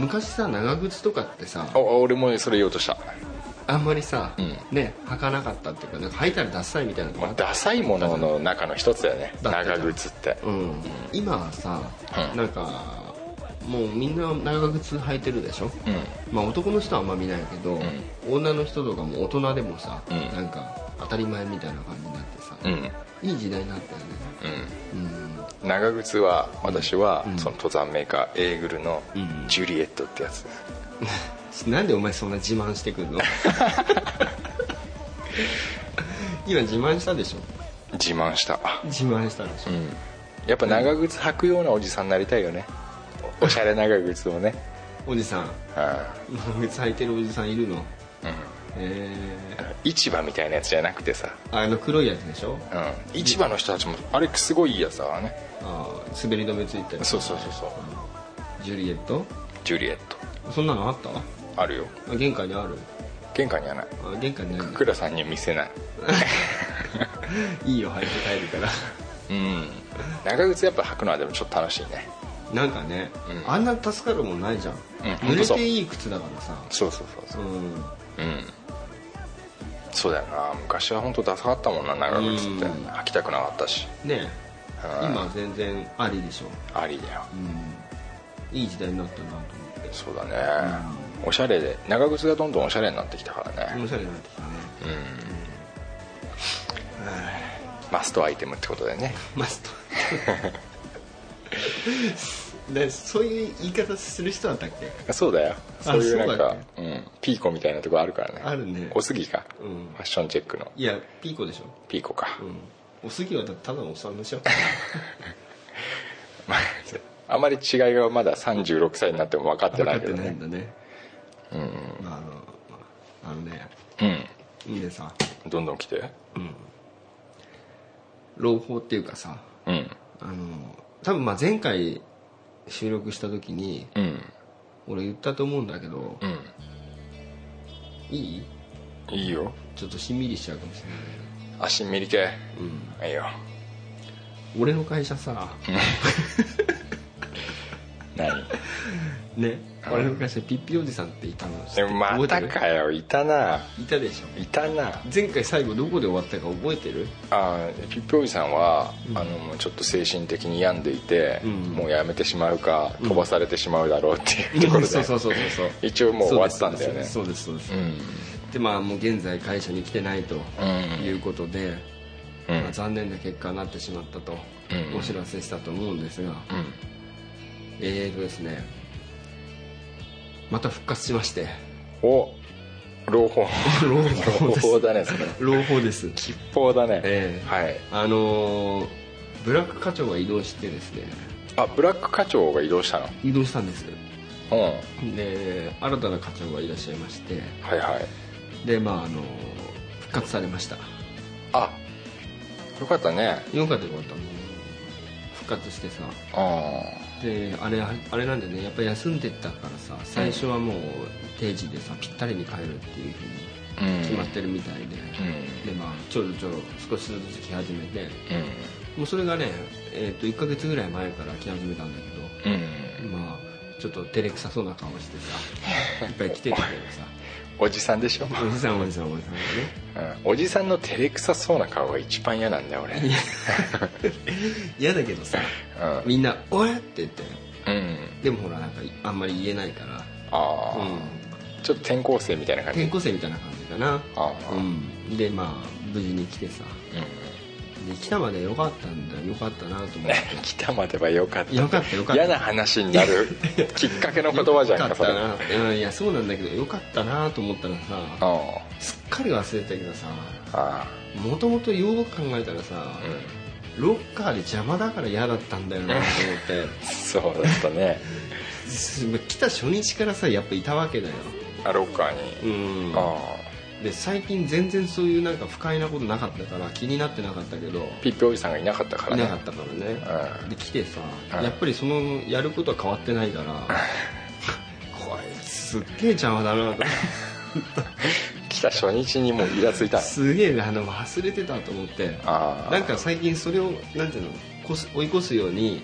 S3: 昔さ長靴とかってさ
S4: あ俺もそれ言おうとした
S3: あんまりさ、
S4: ん
S3: ね履かなかったっていうかなんか履いたらダッサいみたいなの
S4: ま
S3: が
S4: あ
S3: あった
S4: ダサいものの中の一つだよね
S3: だって
S4: 長靴って
S3: うん今はさ、
S4: うん
S3: なんかもうみんな長靴履いてるでしょ、
S4: うん
S3: まあ、男の人はあんま見ないけど、女の人とかも大人でもさ、
S4: ん
S3: なんか当たり前みたいな感じになってさ、
S4: うん
S3: いい時代になったよね
S4: うん長靴は私は
S3: ん
S4: その登山メーカーエーグルの
S3: うん
S4: ジュリエットってやつ
S3: うんなんでお前そんな自慢してくる
S4: <laughs>
S3: の今自慢したでしょ
S4: 自慢した
S3: 自慢したでしょ、
S4: やっぱ長靴履くようなおじさんになりたいよねおしゃれ長靴をね <laughs>
S3: おじさん <laughs>
S4: う
S3: 長靴履いてるおじさんいるの
S4: んうん
S3: え
S4: あの市場みたいなやつじゃなくてさ、
S3: ー、あの黒いやつでしょ
S4: うん、市場の人たちもあれすごいいいやつだからね
S3: あー滑り止めついてる
S4: そうそうそうそう
S3: ジュリエット
S4: ジュリエッ
S3: そんなのあった
S4: トあるよ
S3: あ玄関にある
S4: 玄関にはない
S3: あ玄関にある
S4: 倉さんには見せない
S3: <laughs> いいよ履いて帰るから
S4: うん長靴やっぱ履くのはでもちょっと楽しいね <laughs>
S3: なんかね、
S4: うん
S3: あんな助かるもんないじゃん、
S4: ほん
S3: 濡
S4: と
S3: れ
S4: そう
S3: ていい靴だからさ
S4: そうそうそうそううんうんそうだよな昔は本当ダサかったもんな長靴って
S3: うん
S4: 履きたくなかったし
S3: ねえ
S4: うん
S3: 今は全然ありでしょ、
S4: ありだよ
S3: うん、いい時代になったなと思って
S4: そうだねおしゃれで長靴がどんどんおしゃれになってきたからね
S3: おしゃれになってきたね
S4: マストアイテムってことでね
S3: マス <laughs> トねそういう言い方する人だったっけ
S4: そうだよそういうなん
S3: そうだ
S4: か
S3: っ
S4: うん、ピーコみたいなとこあるからね
S3: あるね
S4: おすぎか、
S3: うん
S4: ファッションチェックの
S3: いやピーコでしょ
S4: ピーコか、
S3: うんおすぎはただのおっさんでし
S4: <laughs>
S3: ょ
S4: まああまり違いがまだ36歳になっても分かって
S3: 分
S4: な
S3: かっ
S4: いけ
S3: て
S4: ど
S3: ない
S4: ね
S3: んだねまああのまああのねんでさ
S4: うんどんどん来て
S3: 朗報っていうかさ
S4: うん
S3: あの多分まあ前回収録した時に
S4: うん
S3: 俺言ったと思うんだけど、
S4: うん
S3: いい
S4: いいよ
S3: ちょっとしんみりしちゃうかもしれない
S4: 足見り系うんいいよ
S3: 俺の会社さ
S4: 何
S3: ね俺の会社ピッピおじさんっていたの知って
S4: で
S3: る
S4: もまた
S3: 覚えて
S4: かよいたな
S3: るいたでしょ
S4: いたな
S3: 前回最後どこで終わったか覚えてる
S4: あーピッピおじさんは、あのもうちょっと精神的に病んでいて、
S3: ん
S4: もうやめてしまうか飛ばされてしまうだろうっていうところで、
S3: そうそうそうそうそう
S4: <laughs> 一応もう終わったんだよね
S3: そうですそうですそううです、
S4: ん
S3: でまあもう現在会社に来てないということで、
S4: うん
S3: まあ、残念な結果になってしまったと
S4: うん
S3: お知らせしたと思うんですが、
S4: うん
S3: えーとですねまた復活しまして
S4: お朗報
S3: 朗報
S4: 朗
S3: です
S4: 報だねそれ
S3: 朗報です
S4: <laughs> 吉報だね、
S3: ええ
S4: はい
S3: あのーブラック課長が移動してですね
S4: あブラック課長が移動したの
S3: 移動したんです
S4: うん
S3: で新たな課長がいらっしゃいまして
S4: はいはい
S3: でまああのー復活されました
S4: あよかったね
S3: よかったよかった復活してさ
S4: う
S3: であれあれなんでねやっぱ休んでたからさ最初はもう定時でさぴったりに帰るっていうふうに
S4: んうん
S3: 決まってるみたいで、
S4: う
S3: でまあちょろちょろ少しずつ来始めて
S4: ん
S3: もうそれがね、えー、と1ヶ月ぐらい前から来始めたんだ
S4: うん
S3: けどまあちょっと照れくさそうな顔して <laughs> さいっぱい来てたけどさ
S4: おじさんでしょ、
S3: おじさんおじさんおじさんがね
S4: うん、おじさんの照れくさそうな顔が一番嫌なんだよ俺
S3: <laughs> 嫌だけどさ
S4: う
S3: みんな「おい!」って言ったよ
S4: ん、うん、
S3: でもほらなんかあんまり言えないから
S4: ああ、
S3: うん
S4: ちょっと転校生みたいな感じ
S3: 転校生みたいな感じかな
S4: ああ、
S3: う
S4: うん
S3: んでまあ無事に来てさで来たまでよかったんだよかったなと思って
S4: <laughs> 来たまではよかった
S3: よかったよかった
S4: 嫌な話に
S3: <laughs>
S4: なるきっかけの言葉じゃん
S3: よか
S4: か
S3: っ
S4: そ
S3: た
S4: れ
S3: なうんいやそうなんだけどよかったなと思ったらさ
S4: あ
S3: すっかり忘れてたけどさ
S4: あ
S3: もともとよく考えたらさ
S4: う
S3: ロッカーで邪魔だから嫌だったんだよなと思って
S4: んそうだったね
S3: す来た初日からさやっぱいたわけだよ
S4: あロッカーに、
S3: うん
S4: あ
S3: で最近全然そういうなんか不快なことなかったから気になってなかったけど
S4: あピッピおじさんがいなかったから
S3: い
S4: ね
S3: なかったからね、
S4: うん
S3: で来てさ、
S4: うん
S3: やっぱりそのやることは変わってないからこいつすっげえ邪魔だな
S4: <laughs>
S3: と
S4: 来た初日にもうイラついたの
S3: すげえあの忘れてたと思って
S4: ああ
S3: なんか最近それをなんていうのこす追い越すように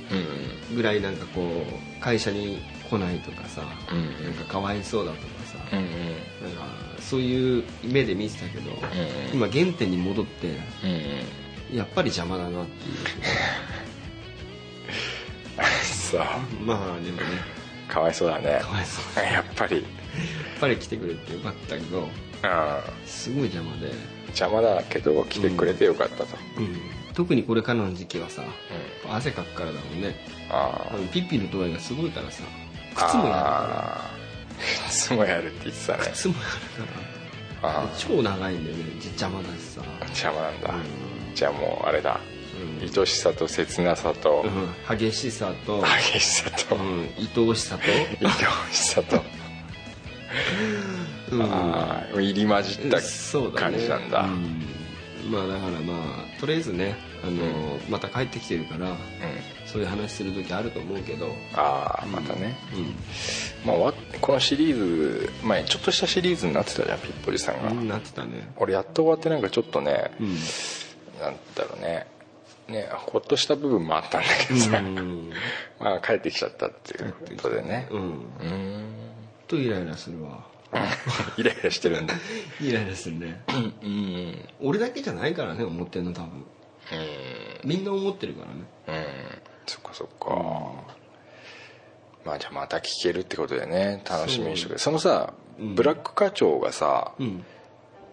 S4: うん
S3: ぐらいなんかこう会社に来ないとかさ、
S4: うん
S3: なんかかわいそうだとかさ、
S4: うんうん
S3: なんかそういう目で見てたけど、今原点に戻って
S4: うんうん
S3: やっぱり邪魔だなっていう
S4: そう
S3: まあでもね
S4: かわいそうだね
S3: かわいそう
S4: やっぱり
S3: やっぱり来てくれてよかったけど
S4: うん
S3: すごい邪魔で、
S4: 邪魔だけど来てくれてよかったと、
S3: 特にこれからの時期はさ
S4: うん、
S3: 汗かくからだもんね
S4: あ
S3: あのピッピの度合いがすごいからさ
S4: あ
S3: 靴もや
S4: ああ靴もやるって言ってたね
S3: る靴もやるから
S4: ああ
S3: 超長いんだよねじ邪魔だしさ
S4: 邪魔なんだ、
S3: うん
S4: じゃあもうあれだ
S3: うん
S4: 愛しさと切なさと
S3: うん、激しさと、
S4: 激しさと
S3: うん、愛おしさ
S4: 愛おしさと、
S3: と、うん、
S4: ああ入り混じった
S3: そうだ
S4: 感
S3: ね
S4: じなんだ
S3: うんまあだからまあとりあえずねあの、また帰ってきてるから
S4: うん
S3: そういう話する時あると思うけど
S4: ああまたね、
S3: う
S4: まあわ、このシリーズ前ちょっとしたシリーズになってたじゃんピッポリさんが、
S3: ん、なってたね
S4: 俺やっと終わってなんかちょっとね、
S3: うん
S4: <laughs> なんだろうねねほっとした部分もあったんだけどさ、まあ帰ってきちゃったっていうことでね
S3: うん、
S4: うーん
S3: とイライラするわ
S4: イライラしてるんだ
S3: イライラするね
S4: うんうん
S3: 俺だけじゃないからね思ってんの多分みんな思ってるからね
S4: うんそっかそっか、まあじゃあまた聞けるってことでね楽しみにしてくれそのさ、ブラック課長がさ、
S3: ん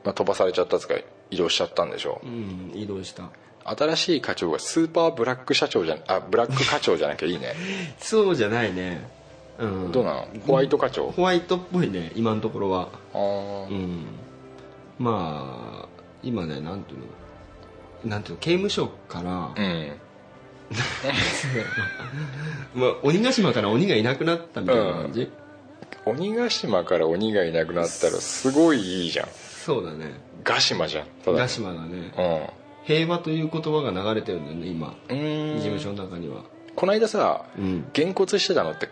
S4: まあ、飛ばされちゃったっつうか移動しちゃったんでしょ、
S3: うん移動した
S4: 新しい課長がスーパーブラック社長じゃあブラック課長じゃなきゃいいね
S3: そうじゃないねうん
S4: どうなのホワイト課長、
S3: ホワイトっぽいね今のところは
S4: あー
S3: うんまあ今ねなんていうのなんていうの刑務所から
S4: う、ん
S3: まあ、鬼ヶ島から鬼がいなくなったみたいな感じ、
S4: 鬼ヶ島から鬼がいなくなったらすごいいいじゃん
S3: そうだね
S4: ガ島じゃんただ
S3: ガ島がね
S4: うん
S3: 平和という言葉が流れてるんだよね今
S4: うーん
S3: 事務所の中には
S4: この間さ、
S3: うん
S4: げんこつしてたのって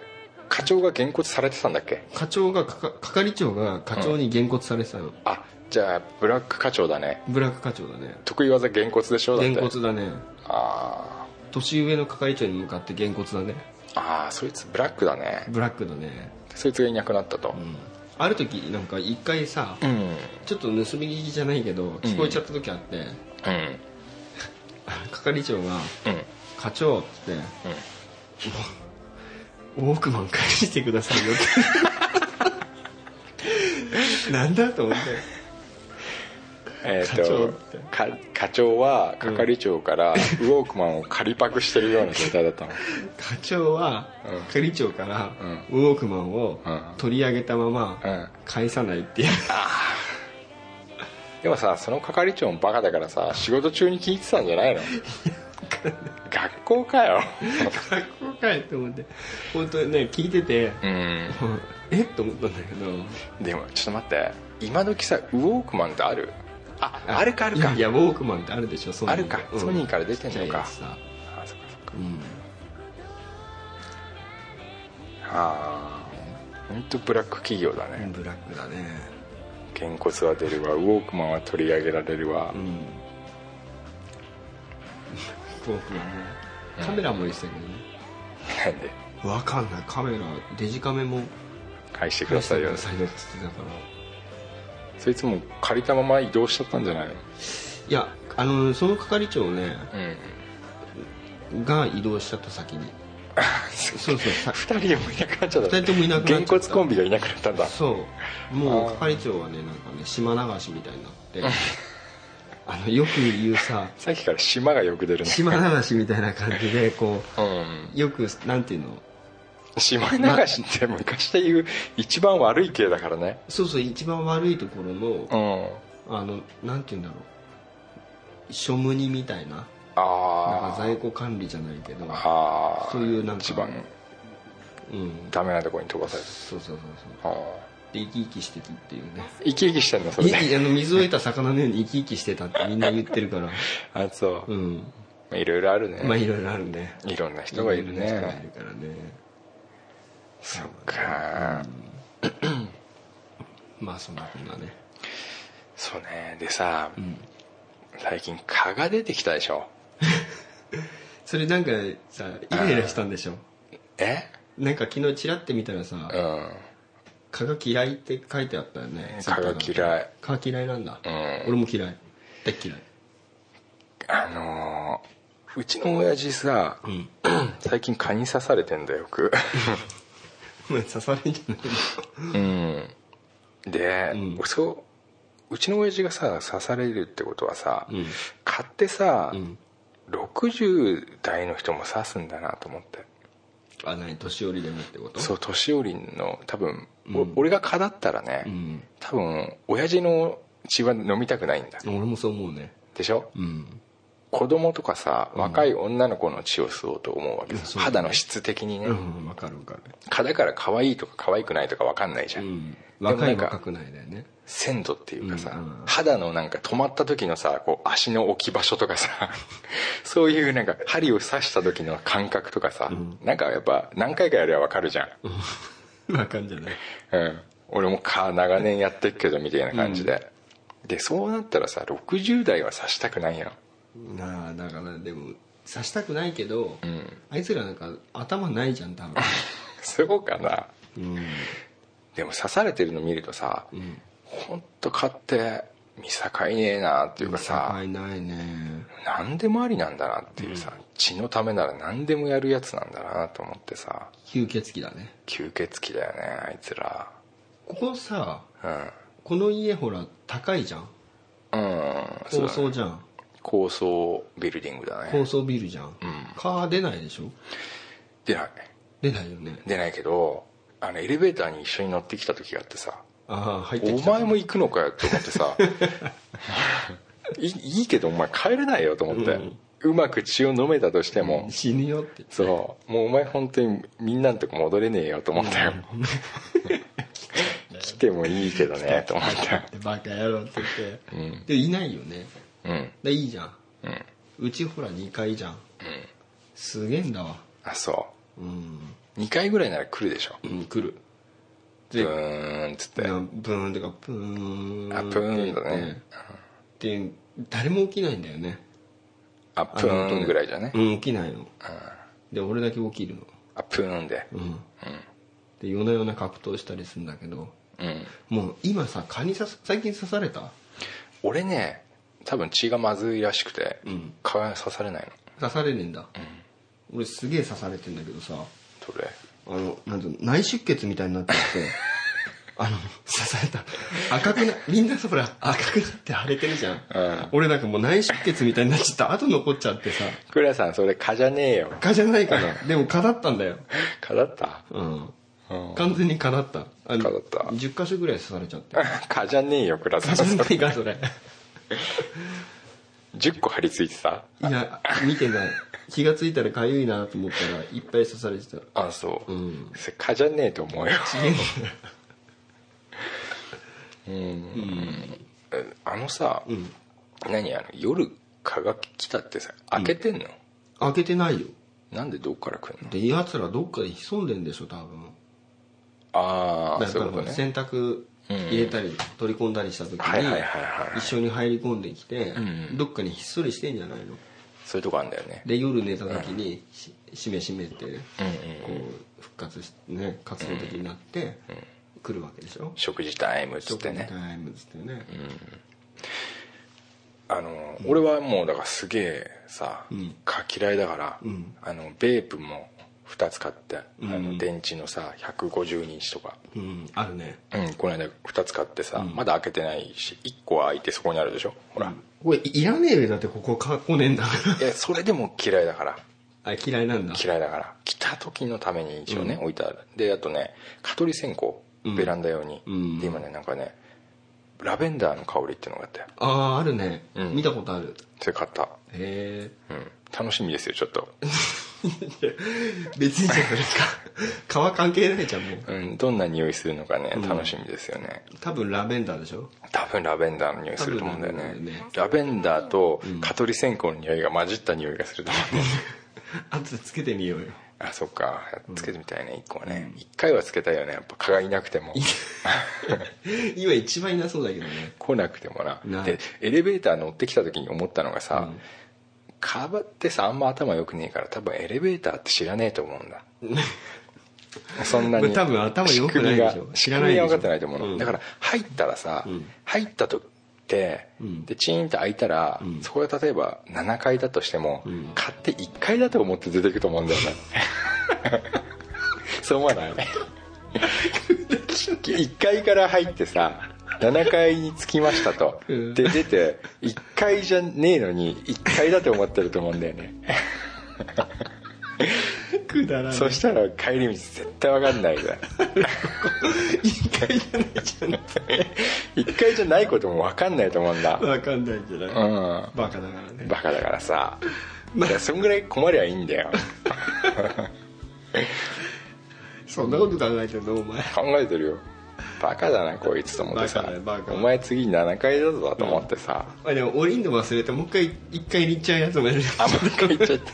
S4: 課長がげんこつされてたんだっけ
S3: 課長がかか係長が課長にげんこつされてたの、
S4: あじゃあブラック課長だね
S3: ブラック課長だね
S4: 得意技げんこつでしょだっ
S3: げ
S4: て
S3: んこつだね
S4: あ
S3: 年上の係長に向かってげんこつだね
S4: ーあーそいつブラックだね
S3: ブラックだね
S4: そいつがいなくなったと
S3: ある時なんか一回さ、
S4: うんうん、
S3: ちょっと盗み聞きじゃないけど聞こえちゃった時あって、係長が
S4: うん
S3: 「課長」っつって、もうウォークマン返してくださいよ」って <laughs> なんだと思って
S4: えー
S3: 課長って
S4: とか課長は係長からウォークマンを借りパクしてるような状態だったの
S3: 課長は
S4: うん
S3: 係長からウォークマンを
S4: うん
S3: 取り上げたま
S4: う
S3: ま
S4: ん
S3: 返さないっていう
S4: でもさその係長もバカだからさ仕事中に聞いてたんじゃないの学校かよ
S3: 学校かいと思って本当にね聞いてて、
S4: <laughs> うん
S3: えっと思ったんだけど
S4: でもちょっと待って今時さウォークマンってあるああるかあるか
S3: いやウォークマンってあるでしょソニー
S4: あるか
S3: うん
S4: ソニーから出てんのか
S3: ちっちゃいやつさ
S4: あそっかそっか
S3: うん
S4: ああ本当ブラック企業だね
S3: ブラックだね
S4: げんこつは出るわウォークマンは取り上げられるわ
S3: うんウォークマンねカメラもいいしたけどね
S4: なんで
S3: わかんないカメラデジカメも
S4: 返してくださいよ
S3: 返してくださいよって言ってたから
S4: そいつも借りたまま移動しちゃったんじゃないの
S3: いやあのその係長ね
S4: うん
S3: が移動しちゃった
S4: <laughs>
S3: 先にそうそうさ
S4: 2人もいなくなっちゃった
S3: 二人ともいなくなっちゃった
S4: げんこつコンビがいなくなったんだ
S3: そうもう係長はねなんかね島流しみたいになってあのよく言うさ
S4: さっきから島がよく出るね
S3: 島流しみたいな感じでこ
S4: うん
S3: うよくなんていうの
S4: 島流しって昔で言う一番悪い系だからね
S3: そうそう一番悪いところの
S4: うん
S3: あのなんていうんだろう庶務にみたいななんか
S4: あー
S3: 在庫管理じゃないけど
S4: あー
S3: そういうなんか
S4: 一番
S3: うん
S4: ダメなとこに飛ばされ
S3: そうそうそうそう
S4: たあ
S3: で生き生きしてたっていうね
S4: ー生き生きしてんだそれ
S3: い
S4: で
S3: あの水を得た魚のように生き生きしてたってみんな言ってる
S4: <laughs>
S3: から
S4: <laughs> あそう
S3: う、ん
S4: いろいろあるね、
S3: まあいろいろあるね
S4: いろんな人がいる
S3: ろんな人がい
S4: ね
S3: るからね
S4: そっか
S3: まあそんなこんなね
S4: そうねでさ、最近蚊が出てきたでしょ
S3: それなんかさイライラしたんでしょ
S4: え
S3: なんか昨日チラって見たらさ
S4: うん
S3: 「蚊が嫌い」って書いてあったよね
S4: 蚊が嫌い
S3: 蚊嫌いなんだ、
S4: うん
S3: 俺も嫌い大っ嫌い <laughs>
S4: あのーうちの親父さ、
S3: ん
S4: 最近蚊に刺されてんだよよ
S3: <laughs>
S4: く
S3: お前刺されんじゃない
S4: うんで、
S3: うん
S4: そううちの親父がさ刺されるってことはさ、
S3: うん
S4: 蚊ってさ、
S3: のうん
S4: 60代の人も刺すんだなと思って
S3: あ何年寄りでもってこと
S4: そう年寄りの多分、お
S3: うん
S4: 俺が蚊だったらね、
S3: うん
S4: 多分親父の血は飲みたくないんだ
S3: 俺もそう思うね
S4: でしょ
S3: うん
S4: 子供とかさ若い女の子の血を吸おうと思うわけ
S3: うん
S4: です、
S3: そうだね
S4: 肌の質的にね、
S3: うんわかるわかる
S4: 蚊だから可愛いとか可愛くないとか分かんないじゃ、
S3: うんん
S4: もなんか
S3: 若い若くないだよね <laughs>
S4: 鮮度っていうかさ、
S3: うんうん
S4: 肌のなんか止まった時のさこう足の置き場所とかさ <laughs> そういうなんか針を刺した時の感覚とかさ、なんかやっぱ何回かやれば分かるじゃん、
S3: わかんじゃない
S4: うん、俺も蚊長年やってっけどみたいな感じで、でそうなったらさ60代は刺したくないよ
S3: なあだからでも刺したくないけど、
S4: ん
S3: あいつらなんか頭ないじゃん
S4: <laughs>
S3: 多分
S4: そうかな
S3: うん
S4: でも刺されてるの見るとさ、
S3: ん
S4: ほんと蚊って見境ねえなっていうかさ、
S3: いないね
S4: 何でもありなんだなっていうさ、血のためなら何でもやるやつなんだなと思ってさ
S3: 吸血鬼だね
S4: 吸血鬼だよねあいつら
S3: ここさ
S4: う
S3: この家ほら高いじゃん
S4: んうん
S3: 高
S4: そうだね
S3: 層じゃん、
S4: 高層ビルディングだ
S3: 高
S4: ね
S3: 層ビルじゃん、カー出ないでしょ
S4: 出ない
S3: 出ないよね
S4: 出ないけどあのエレベーターに一緒に乗ってきた時があってさ
S3: ああ入っ
S4: 「
S3: て
S4: お
S3: きた
S4: 前も行くのかよ」と思っ
S3: <laughs>
S4: てさいいいけどお前帰れないよと思って、うまく血を飲めたとしても、
S3: 死ぬよって
S4: そうもうお前本当にみんなのとこ戻れねえよと
S3: <laughs>
S4: 思ったよ来てもいいけどねと思った
S3: バカ野郎って言って、でいないよね
S4: うん
S3: でいいじゃん
S4: うん
S3: うちほら2階じゃん、すげえんだわ
S4: あそ
S3: うん、
S4: う2回ぐらいなら来るでしょ
S3: うん、来る
S4: ブーンっつって
S3: いやブーンとかプーン
S4: あプーンだね
S3: って言って誰も起きないんだよね
S4: あプーンぐらいじゃね
S3: うん起きないので俺だけ起きるの
S4: あプーンで
S3: うんで夜な夜な格闘したりするんだけど
S4: うん
S3: もう今さ蚊に刺す最近刺された
S4: 俺ね多分血がまずいらしくて
S3: うん
S4: 蚊が刺されないの
S3: 刺されねえんだ、俺すげえ刺されてんだけどさ
S4: それ
S3: あのなんていうの内出血みたいになっちゃって
S4: <laughs>
S3: あの刺された赤くなみんなそほら赤くなって腫れてるじゃん、
S4: うん
S3: 俺なんかもう内出血みたいになっちゃった後残っちゃってさ
S4: 倉さんそれ蚊じゃねえよ
S3: 蚊じゃないかなでも蚊だったんだよ、
S4: 蚊だった <laughs>
S3: うん、
S4: うん
S3: 完全に蚊だったあの
S4: 蚊だった
S3: 10箇所ぐらい刺されちゃって
S4: 蚊じゃねえよ倉さん
S3: じゃ
S4: そ
S3: な
S4: れ <laughs>
S3: いかそれ
S4: 10個張り付いてた
S3: いや見てない気がついたら痒いなと思ったらいっぱい刺されてた
S4: あそう、
S3: うん
S4: それ蚊じゃねえと思うようん、えあのさ、何あの夜蚊が来たってさ開けてんの、
S3: 開けてないよ
S4: なんでどっから来るの
S3: で奴らどっかで潜んでんでしょ多分
S4: ああ
S3: だか
S4: そう
S3: ら
S4: いうことね
S3: 洗濯入れたり取り込んだりした時
S4: はいはい
S3: に
S4: はいはい
S3: 一緒に入り込んできて
S4: ん
S3: どっかにひっそりしてんじゃないの
S4: そういうとこあるんだよね
S3: で夜寝た時にししめしめって
S4: う
S3: こう復活してね活動的になって来るわけでしょ
S4: 食事タイムっつってね
S3: タイムっつってね
S4: あの俺はもうだからすげえさ蚊嫌いだからあのベープも2つ買ってあの電池のさ150インチとか
S3: うんあるね
S4: うんこの間2つ買ってさまだ開けてないし1個は開いてそこにあるでしょほら
S3: これいらねえよだってここかこねえんだか
S4: いやそれでも嫌いだから
S3: らあ嫌いなんだ
S4: 嫌いだから来た時のために一応ね、置いてあるであとね蚊取り線香ベランダ用に、
S3: うん
S4: で今ねなんかねラベンダーの香りっていうのがあったよ
S3: あああるね
S4: うん
S3: 見たことある
S4: それ買った、
S3: へ
S4: うん、楽しみですよちょっ <laughs> と、
S3: え別にじゃあそれか皮関係ないじゃんもう
S4: うん、どんな匂いするのかね楽しみですよね、
S3: 多分ラベンダーでしょ
S4: 多分ラベンダーの匂いすると思うんだよ
S3: 多
S4: ね
S3: 分ラベンダーだよね
S4: ラベンダーと蚊取り線香の匂いが混じった匂いがすると思うんだよね
S3: あとでつけてみようよ
S4: あそっかつけてみたいね1個はね1回はつけたいよねやっぱ蚊がいなくても
S3: 今一番いなそうだけどね
S4: 来なくてもな
S3: ない
S4: でエレベーター乗ってきた時に思ったのがさ、カバってさあんま頭良くねえから多分エレベーターって知らねえと思う
S3: <laughs>
S4: んだそんなに
S3: 多分頭良くないでしょ
S4: 仕
S3: 知ら
S4: 組みが
S3: ないでしょ
S4: 仕組みが分かってないと思うの、
S3: うん
S4: だから入ったらさ、
S3: ん
S4: 入った時って
S3: ん
S4: でチーンと開いたら、
S3: ん
S4: そこが例えば7階だとしても、
S3: ん
S4: 買って1階だと思って出ていくと思うんだよ
S3: <laughs>
S4: ねそう思わない1階 <laughs> から入ってさ7階に着きましたと、
S3: うん
S4: で出て1階じゃねえのに1階だと思ってると思うんだよね
S3: くだら
S4: そしたら帰り道絶対分かんないじゃん1階じゃないじゃん1階じゃないことも分かんないと思うんだ
S3: わかんないんじゃない、
S4: うん
S3: バカだからね
S4: バカだからさだからそんぐらい困りゃいいんだよ
S3: そんなこと考えてんのお前
S4: 考えてるよバカだなこいつと思ってさ
S3: バカだよバカ
S4: お前次7階だぞと思ってさ、
S3: あでも降りんの忘れてもう一回一回に行っちゃうやつもいる
S4: あもう一回言っちゃった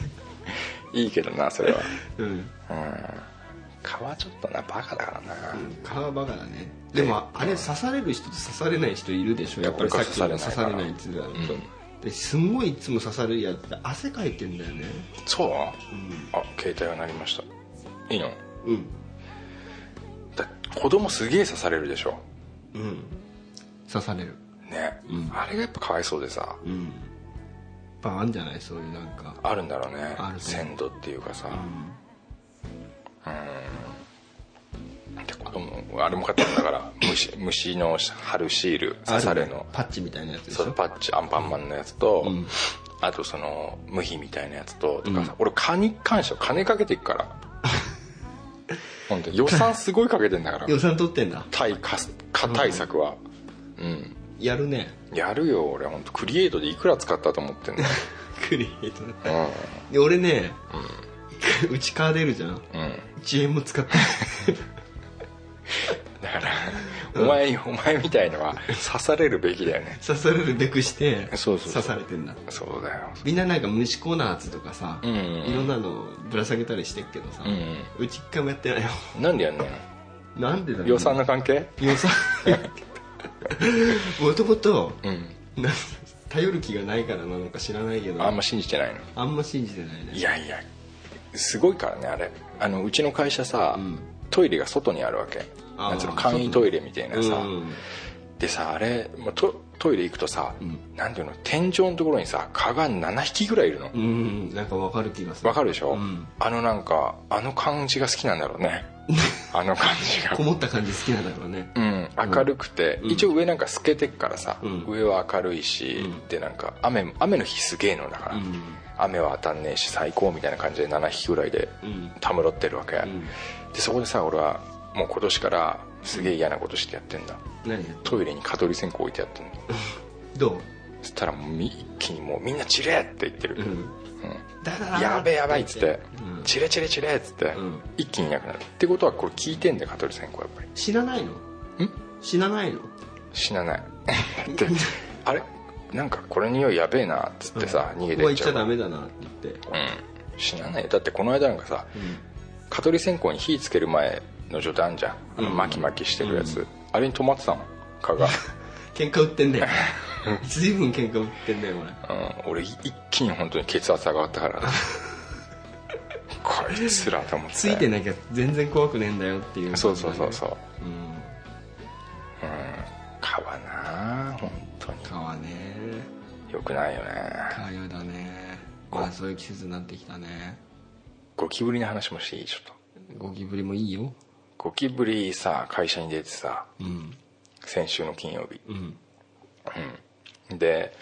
S4: いいけどなそれは
S3: <laughs> うん
S4: うん蚊はちょっとなバカだからな、
S3: 顔はバカだねでもあれ刺される人と刺されない人いるでしょやっぱりさっきの刺
S4: 刺
S3: さ
S4: さ
S3: れ
S4: れ
S3: な
S4: ないい
S3: っ
S4: か
S3: て言ってた
S4: ら
S3: のですんごいいつも刺されるやつって汗かいてんだよね
S4: そう、あ携帯が鳴りましたいいの
S3: うん
S4: だ子供すげえ刺されるでしょ
S3: うん刺される
S4: ね、
S3: ん
S4: あれがやっぱかわいそうでさ
S3: うんバーンじゃないそういうなんか
S4: あるんだろうね
S3: あると思う
S4: 鮮度っていうかさうんで子供あれも買ったん
S3: <coughs>
S4: だから虫虫の貼るシール刺され
S3: ある
S4: の
S3: ねパッチみたいなやつでし
S4: そ
S3: ょ
S4: のパッチアンパンマンのやつと、あとその無比みたいなやつととかさ、俺蚊に関しては金かけていくから
S3: <laughs>
S4: 本当に予算すごいかけてんだから
S3: 予算取ってんだ
S4: 対蚊蚊対策はうん
S3: やるね
S4: やるよ俺本当クリエイトでいくら使ったと思ってんの
S3: クリエイト
S4: うん
S3: で俺ね、うちカー出るじゃん
S4: うん
S3: 1円も使
S4: <laughs>
S3: ってない
S4: だからお前お前みたいのは刺されるべきだよね
S3: 刺されるべくして
S4: そうそうそう
S3: 刺されてんだ
S4: そうだよ
S3: みんななんか虫コーナーズとかさ、
S4: うん
S3: いろんなのぶら下げたりしてっけどさ、
S4: う
S3: うんち一回もやってないよ
S4: なんでやんね
S3: なんでだろ
S4: ん
S3: う
S4: 予算の関係
S3: 予
S4: <laughs>
S3: 算もともと
S4: うん
S3: なんか頼る気がないからなのか知らないけど
S4: あんま信じてないの
S3: あんま信じてないね
S4: いやいやすごいからねあれあのうちの会社さ、
S3: ん
S4: トイレが外にあるわけ
S3: あー
S4: なんつうの簡易トイレみたいなさ、
S3: うん
S4: でさあれ、まあトトイレ行くとさ、
S3: ん
S4: なんていうの天井のところにさ蚊が7匹ぐらいいるの
S3: うん、うん、なんかわかる気がする
S4: わかるでしょ、
S3: うん
S4: あのなんかあの感じが好きなんだろ
S3: <laughs>
S4: うねあの感じが
S3: こもった感じ好きなんだろうね
S4: うん、明るくて、一応上なんか透けてっからさ、
S3: うん
S4: 上は明るいし、でなんか雨雨の日すげえのだから、
S3: ん
S4: 雨は当たんねえし最高みたいな感じで7匹ぐらいで
S3: うん
S4: たむろってるわけ、
S3: ん
S4: でそこでさ俺はもう今年からすげえ嫌なことしてやってんだ
S3: 何
S4: トイレに蚊取り線香置いてやってんの
S3: ど
S4: そしたらもうみ一気にもうみんなチレって言ってる、
S3: う、うん、だから
S4: やべえやばいっつって、
S3: うん
S4: チレチレチレっつって、
S3: ん
S4: 一気にいなくなるってことはこれ聞いてんだよ蚊取り線香やっ
S3: <laughs>
S4: ぱり
S3: 死なないの
S4: ん
S3: 死なないの
S4: 死なないだってあれなんかこれ匂いやべえなっつってさ、逃げ
S3: こ
S4: て
S3: こは行っ
S4: っち
S3: ち
S4: ゃ
S3: ゃ
S4: う
S3: ダメだなって言って
S4: うん死なないよだってこの間なんかさ、蚊取り線香に火つける前の序談
S3: <laughs>
S4: じゃんあの巻き巻きしてるやつ、あれに止まってたの蚊が <laughs>
S3: 喧嘩売ってんだよ随分喧嘩売ってんだよこれ
S4: うん、俺一気に本当に血圧上がっ
S3: <laughs>
S4: たからなこいつらと思って
S3: ついてなきゃ全然怖くねえんだよっていう
S4: そうそうそうそう
S3: うん
S4: うん川な本当に
S3: 川ね
S4: よくないよね
S3: 川やだねまあそういう季節になってきたね
S4: ゴキブリの話もしていいちょっと
S3: ゴキブリもいいよ
S4: ゴキブリさ会社に出てさ
S3: うん
S4: 先週の金曜日
S3: うん
S4: で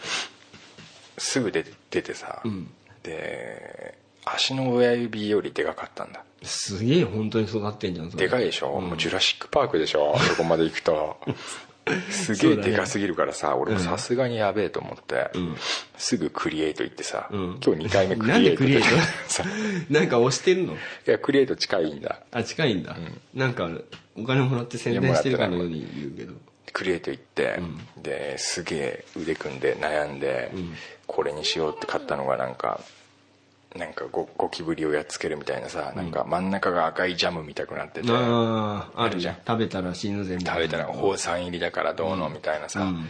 S4: すぐ出て出てさ、
S3: うん
S4: で足の親指よりでかかったんだ
S3: すげえ本当に育ってんじゃんそれ
S4: でかいでしょ、
S3: ん
S4: もうジュラシック・パークでし
S3: <laughs>
S4: ょそこまで行くとすげえでかすぎるからさ、俺もさすがにやべえと思って、すぐクリエイト行ってさ、
S3: ん
S4: 今日2回目クリエイト
S3: なんでクリエ
S4: <laughs>
S3: イト
S4: さ
S3: なんか押してんの
S4: いやクリエイト近いんだ
S3: あ近いんだ、なんかお金もらって宣伝してるかのように言うけど
S4: クリエイト行って、ですげえ腕組んで悩んで、これにしようって買ったのがなんかなんかゴゴキブリをやっつけるみたいなさ、なんか真ん中が赤いジャムみたくなってて食
S3: あああるじゃん食べたら死ぬぜみたい
S4: べ
S3: な
S4: たら宝酸入りだからどうのみたいなさ、
S3: うん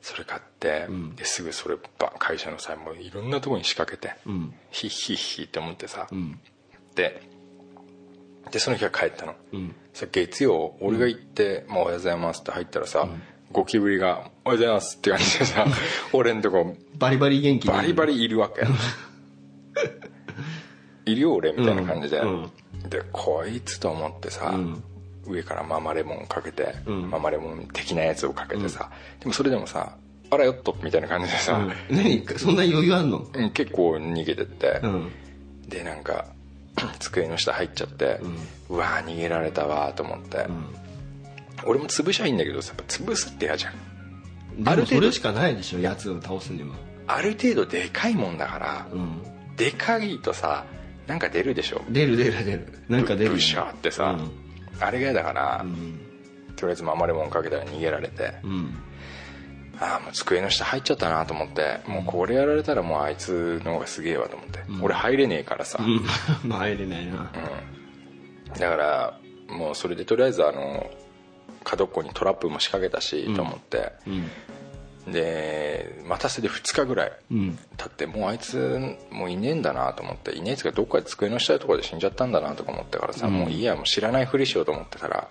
S4: それ買って、ですぐそれば会社の際もういろんなとこに仕掛けて、
S3: ん
S4: ヒッヒッヒッって思ってさ、
S3: ん
S4: ででその日は帰ったの、
S3: ん
S4: さ月曜俺が行って「まあ、おはようございます」って入ったらさ、ゴキブリが「おはようございます」って感じ
S3: <laughs>
S4: でさ俺んとこ
S3: バリバリ元気
S4: バリバ
S3: リ
S4: リいるわけいるよ俺みたいな感じで、
S3: うん
S4: でこいつと思ってさ、
S3: ん
S4: 上からママレモンかけて、
S3: ん
S4: ママレモン的なやつをかけてさ、でもそれでもさあらよっとみたいな感じでさ、
S3: 何そんな余裕あんの
S4: うん結構逃げてって、
S3: うん
S4: でなんか <clears throat> 机の下入っちゃって、うわー逃げられたわーと思って、俺も潰しゃいいんだけどさやっぱ潰すって嫌じゃん
S3: でもそれしかないでしょやつを倒すには
S4: ある程度でかいもんだから、
S3: うん
S4: でかいとさなんか出るでしょ
S3: 出る出る出るなんか出る
S4: ブシャーってさ、あれが嫌だから、とりあえずママレモンかけたら逃げられて、
S3: うん
S4: ああもう机の下入っちゃったなと思ってもうこれやられたらもうあいつの方がすげえわと思って、俺入れねえからさ、
S3: うん <laughs> まあ入れないな
S4: だからもうそれでとりあえずあの角っこにトラップも仕掛けたし、と思って、で待たせて2日ぐらい
S3: うん
S4: 経ってもうあいつもういねえんだなと思っていねえやつがどっかで机の下のところで死んじゃったんだなとか思ったからさ、もういいやもう知らないふりしようと思ってたら、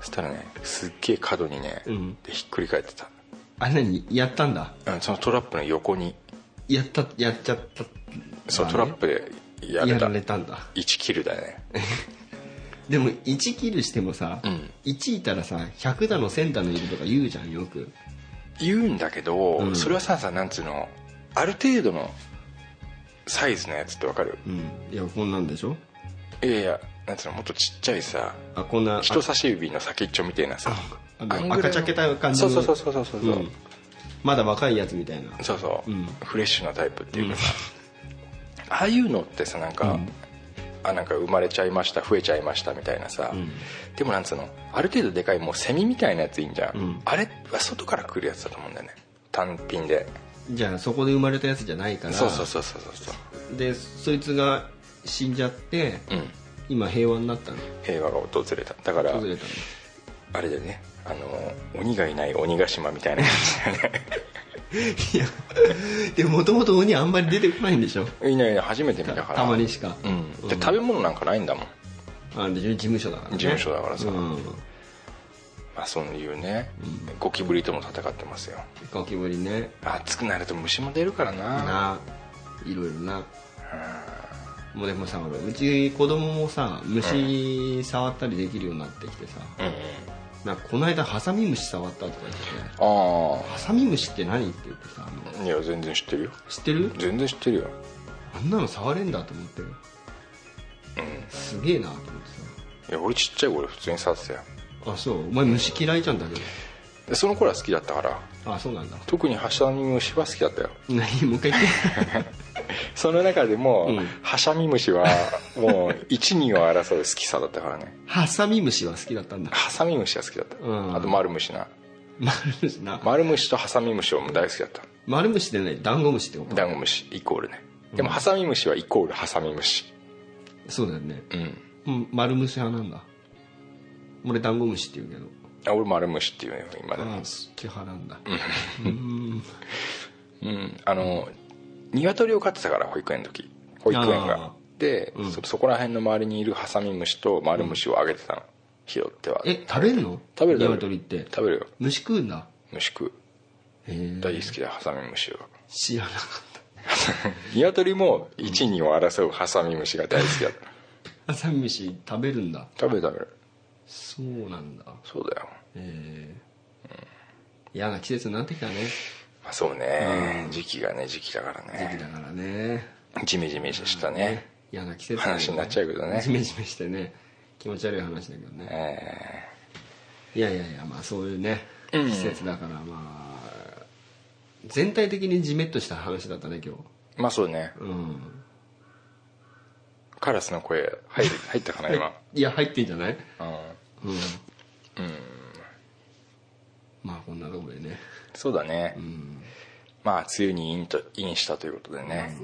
S4: そしたらねすっげえ角にね、
S3: ん
S4: でひっくり返ってた、
S3: あれ何やったんだ
S4: うん、そのトラップの横に
S3: やったやっちゃった
S4: そ
S3: まあ
S4: う
S3: ね
S4: トラップでや
S3: や
S4: れた
S3: られたんだ
S4: 1キルだね
S3: でも1キルしてもさ、
S4: ん
S3: 1いたらさ100だの1000だのいるとか言うじゃんよく
S4: 言うんだけど、
S3: うん
S4: それはささなんつうのある程度のサイズのやつってわかる
S3: うんいやこんなんでしょ
S4: いやいやなんつうのもっとちっちゃいさ
S3: あこんなあ
S4: 人差し指の先っちょみたいなさ
S3: あ
S4: あ
S3: の
S4: んぐらいの
S3: 赤茶けた感じ
S4: そう
S3: の
S4: そうそうそうそうそう、
S3: うんまだ若いやつみたいな
S4: そうそう、
S3: うん
S4: フレッシュなタイプっていうかさ、ああいうのってさなんか、あなんか生まれちゃいました増えちゃいましたみたいなさ、でもなんつうのある程度でかいもうセミみたいなやついいんじゃん、
S3: ん
S4: あれは外から来るやつだと思うんだよね単品で
S3: じゃあそこで生まれたやつじゃないから
S4: そうそうそうそうそうそう
S3: でそいつが死んじゃって、
S4: ん
S3: 今平和になったの
S4: 平和が訪れただから
S3: 崩れたの
S4: あれだよねあの鬼がいない鬼ヶ島みたいな感じだよね
S3: いやでもともと鬼あんまり出てこないんでしょ
S4: いないいない初めて見たから
S3: たまにしか、
S4: うんで食べ物なんかないんだもん
S3: あでしょ事務所だから、ね、
S4: 事務所だからさ
S3: うん、
S4: まあそういうねゴキブリとも戦ってますよ
S3: ゴキブリね
S4: 暑くなると虫も出るからな
S3: ないろいろなもうでもさ俺うち子供もさ虫触ったりできるようになってきてさ、
S4: うんうん
S3: なんかこの間ハサミムシ触ったとか言ってね
S4: あ
S3: ハサミムシって何って言ってさあの
S4: あいや全然知ってるよ
S3: 知ってる
S4: 全然知ってるよ
S3: あんなの触れんだと思ってすげえなと思って
S4: いや俺ちっちゃい頃普通に触ってたよ
S3: さあそうお前虫嫌いじゃんだけ
S4: でその頃は好きだったから
S3: どあそうなんだ
S4: 特にハサミムシは好きだったよ
S3: 何もう一回言って
S4: <laughs> その中でも、
S3: うん
S4: ハサミムシはもう一二を争う好きさだったからね
S3: ハサミムシは好きだったんだ
S4: ハサミムシが好きだった、
S3: うん
S4: あと丸虫な
S3: 丸虫な
S4: 丸虫とハサミムシはもう大好きだった
S3: 丸虫でねダンゴムシってこと
S4: ダンゴムシイコールねでもハサミムシはイコールハサミムシ
S3: そうだよね
S4: うん
S3: うん丸虫派なんだ俺ダンゴムシって言うけど
S4: あ俺丸虫っていうよ今でも
S3: ああすっげえ派なんだうん
S4: うんあの鶏を飼ってたから保育園の時保育園
S3: あー
S4: がで、
S3: うん
S4: そそこら辺の周りにいるハサミムシと丸虫をあげてたの拾っては
S3: え食べるの
S4: 食べる食べる
S3: 鶏って
S4: 食べるよ
S3: 虫食うんだ
S4: 虫食う
S3: へえ
S4: 大好きだハサミムシは
S3: 知らなかっ
S4: 鶏も一二を争うハサミムシが大好きだった
S3: た朝飯食べるんだ
S4: 食べる食べる
S3: そうなんだ
S4: そうだよ
S3: ええ嫌な季節になってきたね
S4: まあそうね、時期がね時期だから
S3: 時期
S4: ね
S3: だからね
S4: ジメジメしたね、
S3: 嫌な季節だよ
S4: 話になっちゃうけどね
S3: ジメジメしてね気持ち悪い話だけどね、いやいやいやまあそういうね季節だからまあ全体的にジメッとした話だったね今
S4: まあそうね
S3: 日うん
S4: カラスの声
S3: <laughs>
S4: 入る入ったかな今
S3: いや入ってんじゃない
S4: うん
S3: うん、まあこんなところでね
S4: そうだね、まあ梅雨にインとインしたということでね、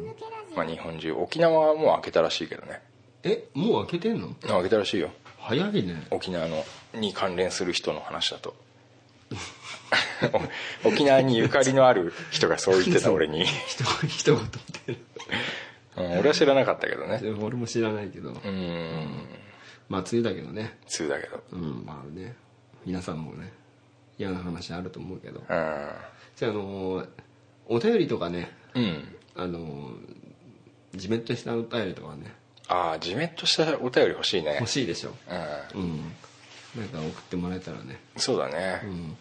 S4: まあ、日本中沖縄はもう明けたらしいけどね
S3: えもう開けてんの
S4: 明けたらしいよ
S3: 早いね
S4: 沖縄のに関連する人の話だと <laughs> お沖縄にゆかりのある人がそう言っ
S3: <laughs>
S4: てた俺に、
S3: 一言一言み
S4: うん、俺は知らなかったけどね
S3: たい <laughs> な俺も知らないけど、
S4: うん
S3: まあ梅雨だけどね
S4: 梅雨だけど
S3: うんまあね皆さんもね嫌な話あると思うけど
S4: う
S3: じゃああのーお便りとかね
S4: ん、うん、
S3: あのージメッとしたお便りとかね
S4: ああジメッとしたお便り欲しいね
S3: 欲しいでしょ
S4: う
S3: うんなんか送ってもらえたらね、
S4: ん、そうだね、
S3: うん、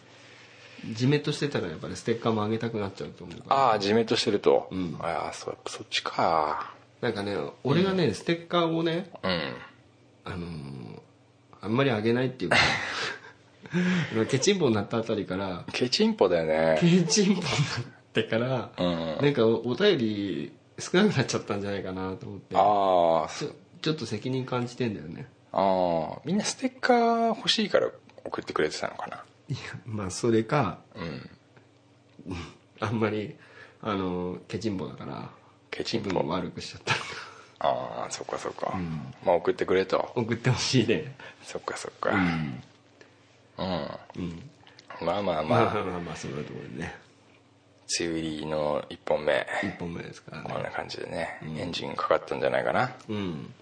S3: ジメッとしてたらやっぱりステッカーもあげたくなっちゃうと思うから
S4: ああジメッとしてると、
S3: うん
S4: ああそそっちか
S3: なんかね俺がね、ステッカーをね
S4: うん
S3: あのーあんまりあげないっていうかあのケチンポになったあたりから
S4: ケチンポだよね
S3: ケチンポになってから、
S4: うん
S3: なんかおお便り少なくなっちゃったんじゃないかなと思って
S4: ああ
S3: ちょちょっと責任感じてんだよね
S4: ああみんなステッカー欲しいから送ってくれてたのかない
S3: やまあそれか
S4: うん
S3: あんまりあのケチンポだから
S4: ケチ
S3: 気
S4: ンポ
S3: 分を悪くしちゃった <laughs>
S4: ああそっかそっか、まあ送ってくれと
S3: 送ってほしいね
S4: そっかそっかうん、まあまあま
S3: ま
S4: あ、
S3: あ <laughs> まあまあそんなところでね
S4: 梅雨入りの1本目
S3: 1本目ですから
S4: こん
S3: ね
S4: な感じでね、エンジンかかったんじゃないかな
S3: うん、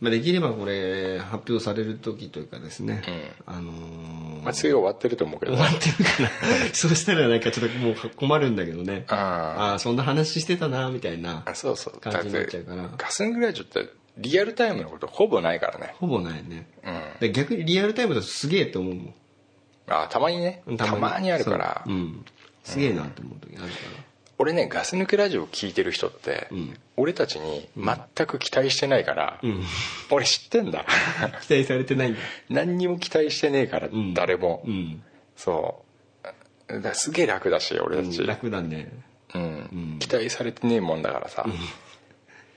S3: まあ、できればこれ発表される時というかですね、あのー
S4: まあ梅雨終わってると思うけど
S3: 終
S4: ね
S3: わってるかなそうしたらなんかちょっともう困るんだけどね
S4: うん
S3: ああそんな話してたなみたいな
S4: あそうそう
S3: 感じになっちゃうから
S4: だってガスングラージュってリアルタイムのことほぼないからね
S3: ほぼないね、
S4: うん
S3: で逆にリアルタイムだとすげえと思うも
S4: ああたまにね
S3: ん
S4: たまにあるから
S3: そううんすげえなと思う時あるから、
S4: 俺ねガス抜けラジオを聞いてる人って、
S3: ん
S4: 俺たちに全く期待してないから、俺知って
S3: <laughs>
S4: んだ
S3: 期待されてないんだ
S4: 何にも期待してねえから、
S3: ん
S4: 誰も、
S3: うん、
S4: そうだからすげえ楽だし俺たち、
S3: 楽だね
S4: うん期待されてねえもんだからさ、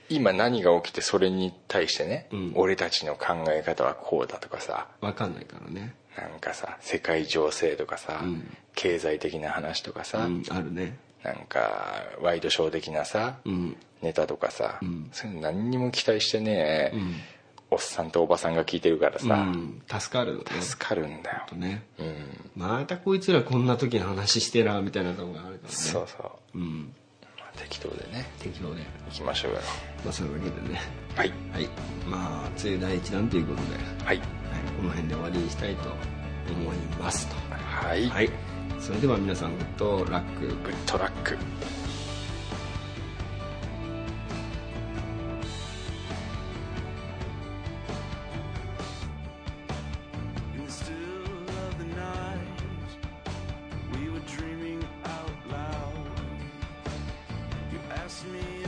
S4: 今何が起きてそれに対してね、
S3: ん
S4: 俺たちの考え方はこうだとかさ
S3: わかんないからね
S4: なんかさ世界情勢とかさ、
S3: ん
S4: 経済的な話とかさ、
S3: うんあるね
S4: なんかワイドショー的なさ、
S3: うん
S4: ネタとかさ、
S3: ん
S4: そういうの何にも期待してねえ、
S3: ん
S4: おっさんとおばさんが聞いてるから
S3: う
S4: さ、
S3: ん助かるよね
S4: 助かるんだよ
S3: と、ね
S4: うん
S3: またこいつらこんな時の話してらみたいなとこがあるからね、
S4: そうそう
S3: ん、
S4: う、まあ適当でね
S3: 適当で
S4: 行きましょうよ
S3: まあそういうわけでね
S4: はい
S3: はいまあ梅雨第一弾ということで、はい、
S4: はい
S3: この辺で終わりにしたいと思いますと
S4: はい、
S3: はいそれでは皆さんグッドラック
S4: グッドラック
S2: In the still of the night, we were dreaming out loud. You asked me